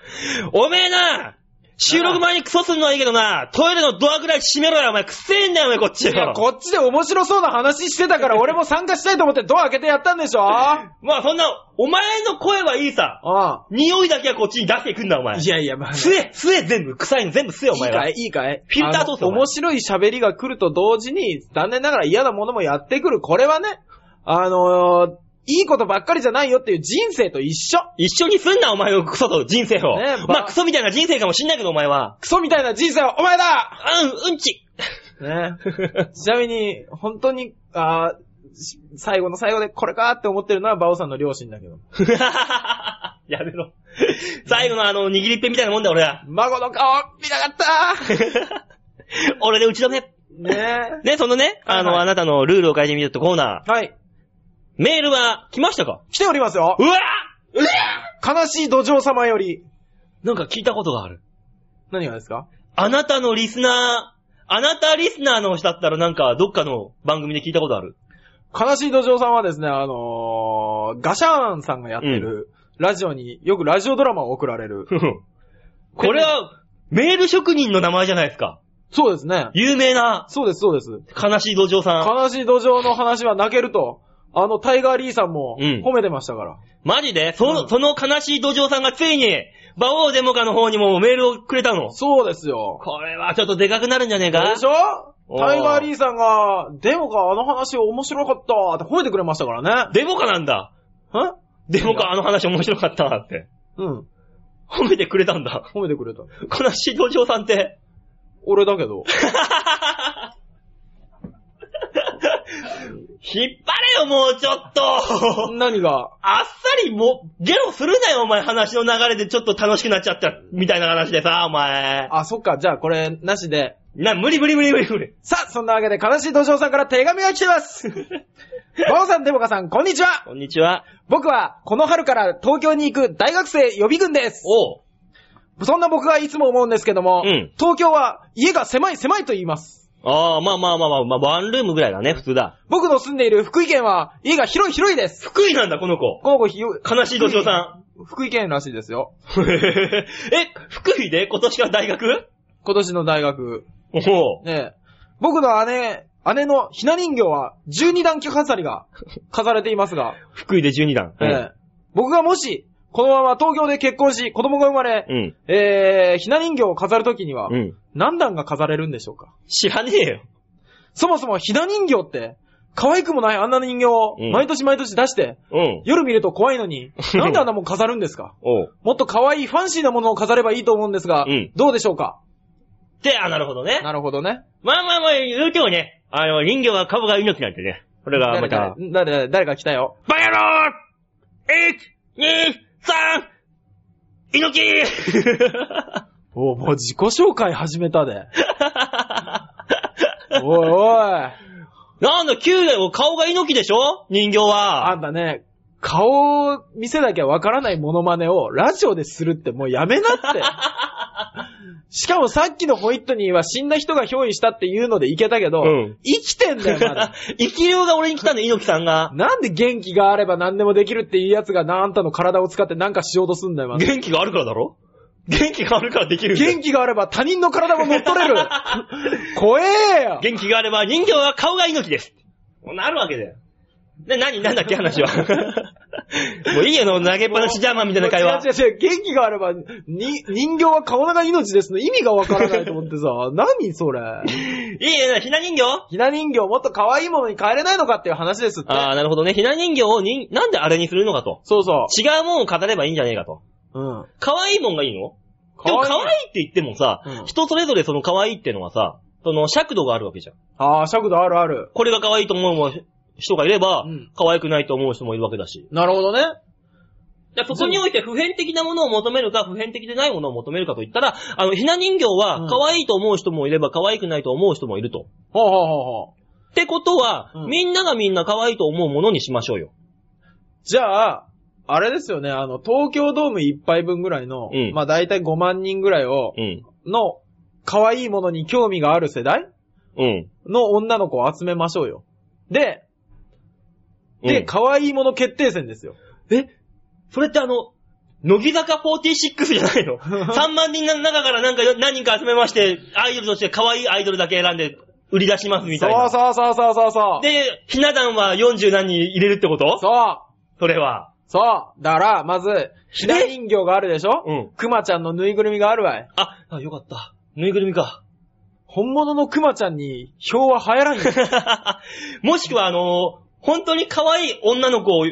(laughs) おめえな収録前にクソすんのはいいけどな、トイレのドアぐらい閉めろよ、お前。くせえんだよ、お前、こっちよ。
いや、こっちで面白そうな話してたから俺も参加したいと思ってドア開けてやったんでしょあ
まあ、そんな、お前の声はいいさ。
あ。
匂いだけはこっちに出してくんな、お前。
いやいや、まあ。
吸え、吸え、全部。臭いの全部吸え、お
いい
前
か
は。
いいいかい
フィルター通せ
あの
お前
面白い喋りが来ると同時に、残念ながら嫌なものもやってくる。これはね、あのーいいことばっかりじゃないよっていう人生と一緒。
一緒にすんな、お前を、クソと人生を。
ねえば
まあ、クソみたいな人生かもしんないけど、お前は。
クソみたいな人生はお前だ
うん、うんち。 (laughs)
(laughs) ね。ちなみに、本当に、あーし最後の最後でこれかって思ってるのはバオさんの両親だけど。
やめろ。最後のあの、握りっぺみたいなもんだ、俺は。 (laughs)
孫の顔見たかった
俺で打ち止め。
ね
ね、そのね、あ
はい
の、
はい
あなたのルールを変えてみるってコーナー。
はい。
メールは来ましたか
来ておりますよ
うわ
悲しい土壌様より。
なんか聞いたことがある。
何がですか
あなたのリスナー、あなたリスナーの人だったらなんかどっかの番組で聞いたことある。 (laughs)
悲しい土壌さんはですね、あのー、ガシャーンさんがやってる、ラジオに、よくラジオドラマを送られる。
これは、メール職人の名前じゃないですか。
そうですね。
有名な、
そうです、そうです。
悲しい道場さん。
悲しい土壌の話は泣けると、あのタイガーリーさんも
うん
褒めてましたから。
マジでその、その悲しい道場さんがついに、馬王デモカの方にもメールをくれたの。
そうですよ。
これはちょっとでかくなるんじゃねえか
でしょ
おー
タイガーリーさんが、デモかあの話面白かったって吠えてくれましたからね。
デモカなんだ。
ん
デモカあの話面白かったなって。
うん。
褒めてくれたんだ。
褒めてくれた。
悲しい道場さんって。
俺だけ (laughs) ど。
引っ張れよ、もうちょっと。
何が
あっさりもう、ゲロするなよ、お前。話の流れでちょっと楽しくなっちゃった、みたいな話でさ、お前。
あ、そっか。じゃあこれ、なしで。
な、無理無理無理無理無理。
さあ、そんなわけで、悲しい土壌さんから手紙が来てます (laughs) バオさん、デモカさん、こんにちは
こんにちは。
僕は、この春から東京に行く大学生予備軍です
おう。
そんな僕がいつも思うんですけども、
うん
東京は家が狭い狭いと言います。
ああ、まあまあまあまあ、まあ、ワンルームぐらいだね、普通だ。
僕の住んでいる福井県は家が広い広いです。
福井なんだ、この子。
この子ひよ、
悲しい土壌さ (laughs) ん。
福井県らしいですよ。
え、福井で今年から大学
今年の大学。
おお。
ねえ。僕の姉、姉のひな人形は12段飾りが飾れていますが、
福井で12段。
ええ僕がもし、このまま東京で結婚し、子供が生まれ、
うん。
えー、ひな人形を飾るときには
う、ん。
何段が飾れるんでしょうか
知らねえよ。
そもそもひな人形って、可愛くもないあんな人形を
うん
毎年毎年出して、
うん。
夜見ると怖いの
(laughs)
に、なんであんなもん飾るんですか
おう。
もっと可愛いファンシーなものを飾ればいいと思うんですが、
うん
どうでしょうか
で、あ、なるほどね。
なるほどね。
まあまあまあ、言うてもね、あの、人形は株が命なんてね。これがま
誰
た
か、、誰誰誰か来たよ。
バヤロー !1、2、3、猪木 (laughs)
おもう自己紹介始めたで。おいおい。
なんだ、9代は顔が猪木でしょ人形
あ
は。
んたね、顔を見せなきゃわからないモノマネをラジオでするってもうやめな
(laughs)
って。しかもさっきのホイットニーは死んだ人が憑依したっていうのでいけたけど、
うん
生きてんだよ、まだ。
(laughs) 生き量が俺に来たんだ、猪木さんが。
なんで元気があれば何でもできるっていうやつがなあんたの体を使ってなんかしようとすんだよ、まず。
元気があるからだろ元気があるからできるんだよ。
元気があれば他人の体も乗っ
(laughs)
取れる怖えよ
元気があれば人形は顔が猪木です。なるわけだよ。で、何なんだっけ話は。
(laughs)
もういいよ、投げっぱなしジャーマンみたいな会話
違。う違う違う、元気があれば、に、人形は顔が命ですの意味がわからないと思ってさ、何それ。
いいよ、ひな人形
ひな人形もっと可愛いものに変えれないのかっていう話ですって。
ああ、なるほどね。ひな人形をに、なんであれにするのかと。
そうそ
違うもんを語ればいいんじゃねえかと。
う。うん。
可愛いもんがいいのでも可愛いって言ってもさ、
うん
人それぞれその可愛いってのはさ、その尺度があるわけじゃん。
ああ、尺度あるある。
これが可愛いと思う人がいれば、
うん
可愛くないと思う人もいるわけだし。
なるほどね。
だからそこにおいて普遍的なものを求めるか、普遍的でないものを求めるかといったら、あの、ひな人形
う
は
ん
可愛いと思う人もいれば可愛くないと思う人もいると。
ほうほうほうほう。
ってことは、
うん
みんながみんな可愛いと思うものにしましょうよ。
じゃあ、あれですよね、あの、東京ドーム1杯分ぐらいの、
うん
まあ大体5万人ぐらいを
う、ん。
の、可愛いものに興味がある世代
うん。
の女の子を集めましょうよ。で、
う
で、
ん
可愛いもの決定戦ですよ。
えそれってあの、乃木坂46じゃない
(laughs)
の ?3 万人の中からなんか何人か集めまして、アイドルとして可愛いアイドルだけ選んで売り出しますみたいな。
そうそうそうそうそうそう。
で、ひな壇は40何人入れるってことそ
そう。
れは。
そう。だから、まず、ひな人形があるでしょ
うん
クマちゃんのぬいぐるみがあるわい。
あ、あよかった。ぬいぐるみか。
本物のクマちゃんに票は入らんよ。
(laughs) もしくはあのー本当に可愛い女の子を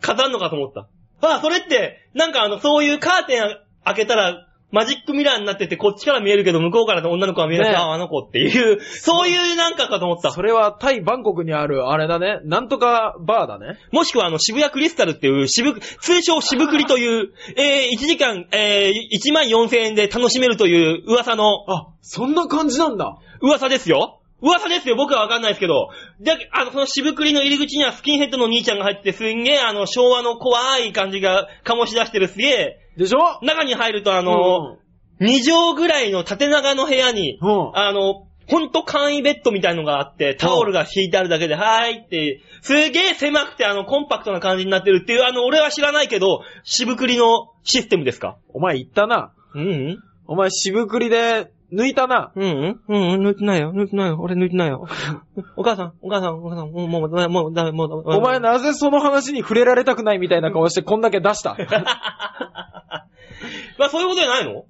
飾るのかと思った。あ、それって、なんかあの、そういうカーテン開けたら、マジックミラーになってて、こっちから見えるけど、向こうからの女の子は見えない、
ねえ
ああ、あの子っていう、そういうなんかかと思った
(laughs) そ。れはタイ・バンコクにある、あれだね、なんとかバーだね。
もしくはあの、渋谷クリスタルっていう、渋、通称渋クリという、えー、1時間、えー、1万4000円で楽しめるという噂の、
あ、そんな感じなんだ。
噂ですよ。噂ですよ。僕はわかんないですけど。で、あの、その渋栗の入り口にはスキンヘッドの兄ちゃんが入ってて、すんげえ、あの、昭和の怖い感じが醸し出してるすげえ、
でしょ
中に入るとあ
あ
の、、2畳ぐらいの縦長の部屋に、
うん。
あの、ほんと簡易ベッドみたいのがあって、タオルが敷いてあるだけで、はーいって、すげえ狭くてあの、コンパクトな感じになってるっていう、あの、俺は知らないけど、渋栗のシステムですか
お前言ったな。
うんうん。
お前渋くりで抜いたな。
うんうん、うんうん、抜いてないよ、抜いてないよ、俺抜いてないよ。お母さん、お母さん、お母さん、もう、もう、もう、もう、ダメ、もう、
お前なぜその話に触れられたくないみたいな顔してこんだけ出した。
まあ、そういうことじゃないの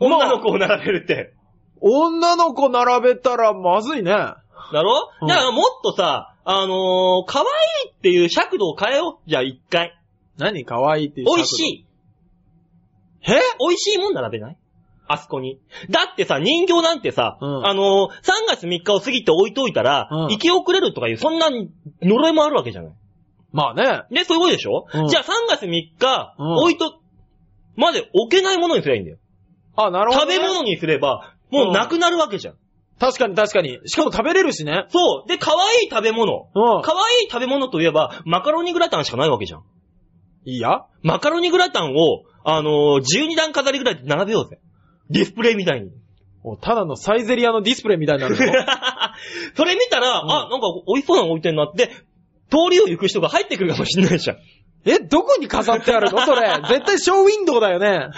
女の子を並べるって。
(laughs) 女の子並べたらまずいね。
だろ
うん
だからもっとさ、あのー、可愛いっていう尺度を変えよう。じゃあ一回。
何可愛いっていう尺度。
美味しい。
え
美味しいもん並べないあそこに。だってさ、人形なんてさ、
うん
あのー、3月3日を過ぎて置いといたら、
うん
生き遅れるとかいう、そんな呪いもあるわけじゃない。
まあね。
で、そういうことでしょ、
うん
じゃあ3月3日、
うん
置いと、まで置けないものにすればいいんだよ。
あ、なるほど
食
ね、
べ物にすれば、もうなくなるわけじゃん。
確かに確かに。しかも食べれるしね。
そう。で、可愛い食べ物。
うん。
可愛い食べ物といえば、マカロニグラタンしかないわけじゃん。
いいや
マカロニグラタンを、あのー、12段飾りぐらいで並べようぜ。ディスプレイみたい
(laughs)
に。
おただのサイゼリアのディスプレイみたいになるよ
それ見たら、
うん
あ、なんか美味しそうなの置いてんなって、通りを行く人が入ってくるかもしんないじゃん。 (laughs)
え、どこに飾ってあるのそ (laughs) れ。絶対ショーウィンドウだよね。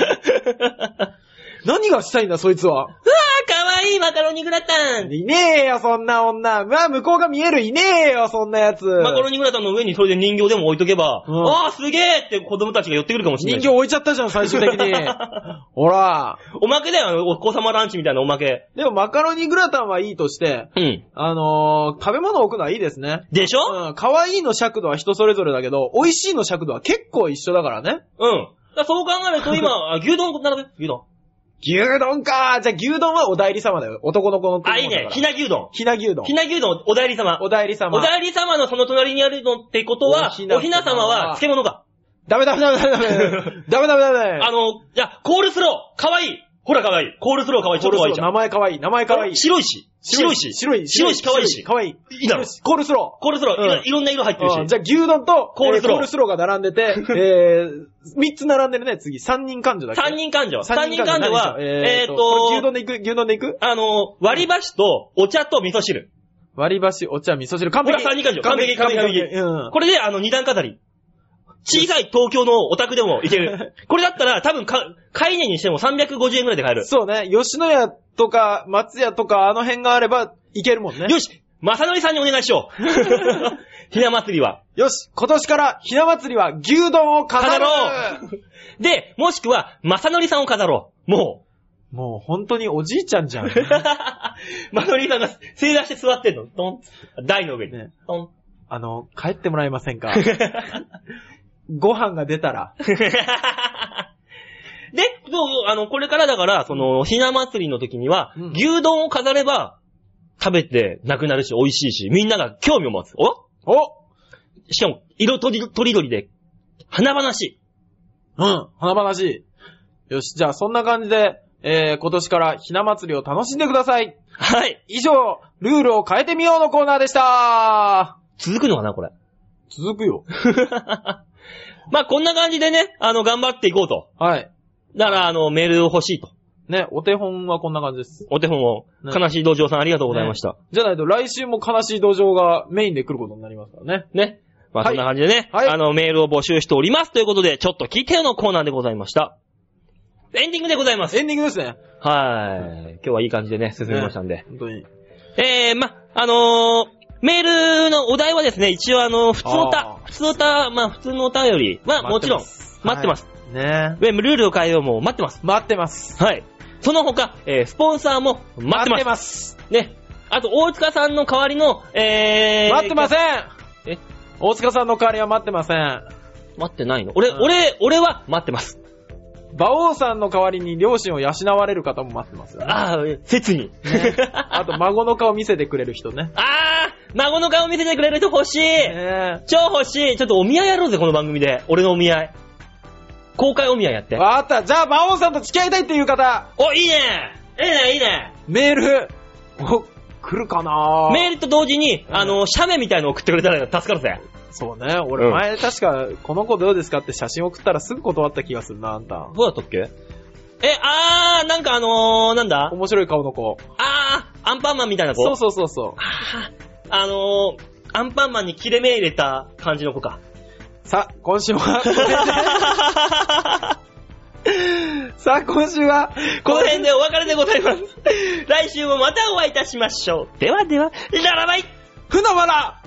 何がしたいんだ、そいつは。
あ、かわいいマカロニグラタン
いねえよ、そんな女。まあ、向こうが見える、いねえよ、そんなやつ。
マカロニグラタンの上にそれで人形でも置いとけば、
うん
ああ、すげえって子供たちが寄ってくるかもしんない
人形
じゃん。
置いちゃったじゃん、最終的に。 (laughs) ほら。
(laughs) おまけだよあの、お子様ランチみたいなおまけ。
でも、マカロニグラタンはいいとして、
うん。
あのー、食べ物置くのはいいですね。
でしょ
うん、可愛いの尺度は人それぞれだけど、美味しいの尺度は結構一緒だからね。
うん。だからそう考えると
(laughs)
今、あ牛丼並べ、牛丼。
牛丼かじゃあ牛丼はお代理様だよ。男の子の子供だから。
あ、いいね。ひな牛丼。
ひな牛丼
ひ。な牛丼、お代理様。
お代理様。
お代理様のその隣にあるのってことは、
おひな
おひな様は漬物か。
(laughs) ダメダメダメダメダメ。ダメダメダメ。
あの、いや、コールスロー、かわいい。ほら、かわいい。コールスローかわいい。ちょっとかわいいじゃん
名。前かわいい。名前かわいい。
白いし。白いし。
白い。
白いし、かわいいし。
かわいい。
いいだろ
白しコールスロー。
コールスロー、いろ
うん
いろんな色入ってるし。
うんじゃあ、牛丼と
コールスロー
えコールスローが並んでて、
(laughs)
えー、3つ並んでるね、次。3人患者だっけ
三人患者は三人患者は、え
え
っ、
ー、
ー、
っ
と
と、、牛丼でいく牛丼でいく
あの、割り箸とお茶と味噌汁。
割り箸、お茶、味噌汁、完
これは
璧。
三人患者。完璧、完璧、完璧。
うん。
これで、あの、二段飾り。小さい東京のお宅でもいける。 (laughs) これだったら、多分か、買い値にしても350円くらいで買える。
そうね、吉野家とか、松屋とか、あの辺があれば、いけるもんね。
よし正則さんにお願いしよ
(laughs)
うひな祭りは。
よし、今年から、ひな祭りは牛丼を飾
飾
ろ
ろ
う
うで、もしくは、正則さんを飾ろう。も
(laughs) (laughs) もう本当におじいちゃ
(laughs)
んじゃん。
う。正則さんが正座して座ってんの。トン。台の上に。
ね
ト
(laughs)
ン。
あの、帰ってもらえませ (laughs) んかご飯が出たら。
(laughs) で、そう、あの、これからだから、その、ひな祭りの時には、
うん
牛丼を飾れば、食べてなくなるし、美味しいし、みんなが興味を持つ。お
お
しかも、色とりとりどりで、花々し
うん、花々しい。よし、じゃあそんな感じで、えー、今年からひな祭りを楽しんでください
い。。はい。
以上、ルールを変えてみようのコーナーでした
続くのかな、これ。 (laughs)
続くよ。
まあ、こんな感じでね、あの、頑張っていこうと。
はい。
だから、あの、メール欲しいと。
ね、お手本はこんな感じです。
お手本を、
ね
悲しい道場さんありがとうございました。
じゃないと来週も悲しい土壌がメインで来ることになりますからね。
ね。まあ、
は
そ
い
んな感じでね、
はい
あの、メールを募集しておりますということで、ちょっと聞いてよのコーナーでございました。エンディングでございます。
エンディングですね。
はい。今日はいい感じでね、進みましたんで。
本当に。
えー、ま、あのー、メールのお題はですね、一応あの、普通の
あ。
歌、普通の歌、まあ、普通のお便りはもちろん、待ってますす。
ね
ウェブルールを変えようも待ってます。
待ってます。
はい。その他、えー、スポンサーも待ってます。
ます。
ね。あと、大塚さんの代わりの、えー、
待ってません
え
大塚さんの代わりは待ってません。
待ってないの俺、
うん
俺、俺は待ってます。
馬王さんの代わりに両親を養われる方も待ってますよ、ね。
あー、切に。
(laughs)
(laughs)
あと、孫の顔見せてくれる人ね。
あー、孫の顔見せてくれる人欲しい、
ね
超欲しいちょっとお見合いやろうぜ、この番組で。俺のお見合い。公開お見合いやっ
え
て。
わかった。じゃあ、馬王さんと付き合いたいっていう方、
お、いいねいいね、いいね
メール、お、来るかな
メールと同時に、
ん
あの、写メみたいの送ってくれたら助かるぜ。
そうね。俺、
うん
前、確か、この子どうですかって写真送ったらすぐ断った気がするな、あんた。
どうだったっけえ、あー、なんかあのー、なんだ
面白い顔の子。
あー、アンパンマンみたいな子。
そうそうそうそう。
あー、あのー、アンパンマンに切れ目入れた感じの子 (laughs) か。
さあ、今週は、こ
(laughs)
れでさあ、今週は、
この辺でお別れでございます。来週もまたお会いいたしましょう。ではでは、ララバイ
ふなばら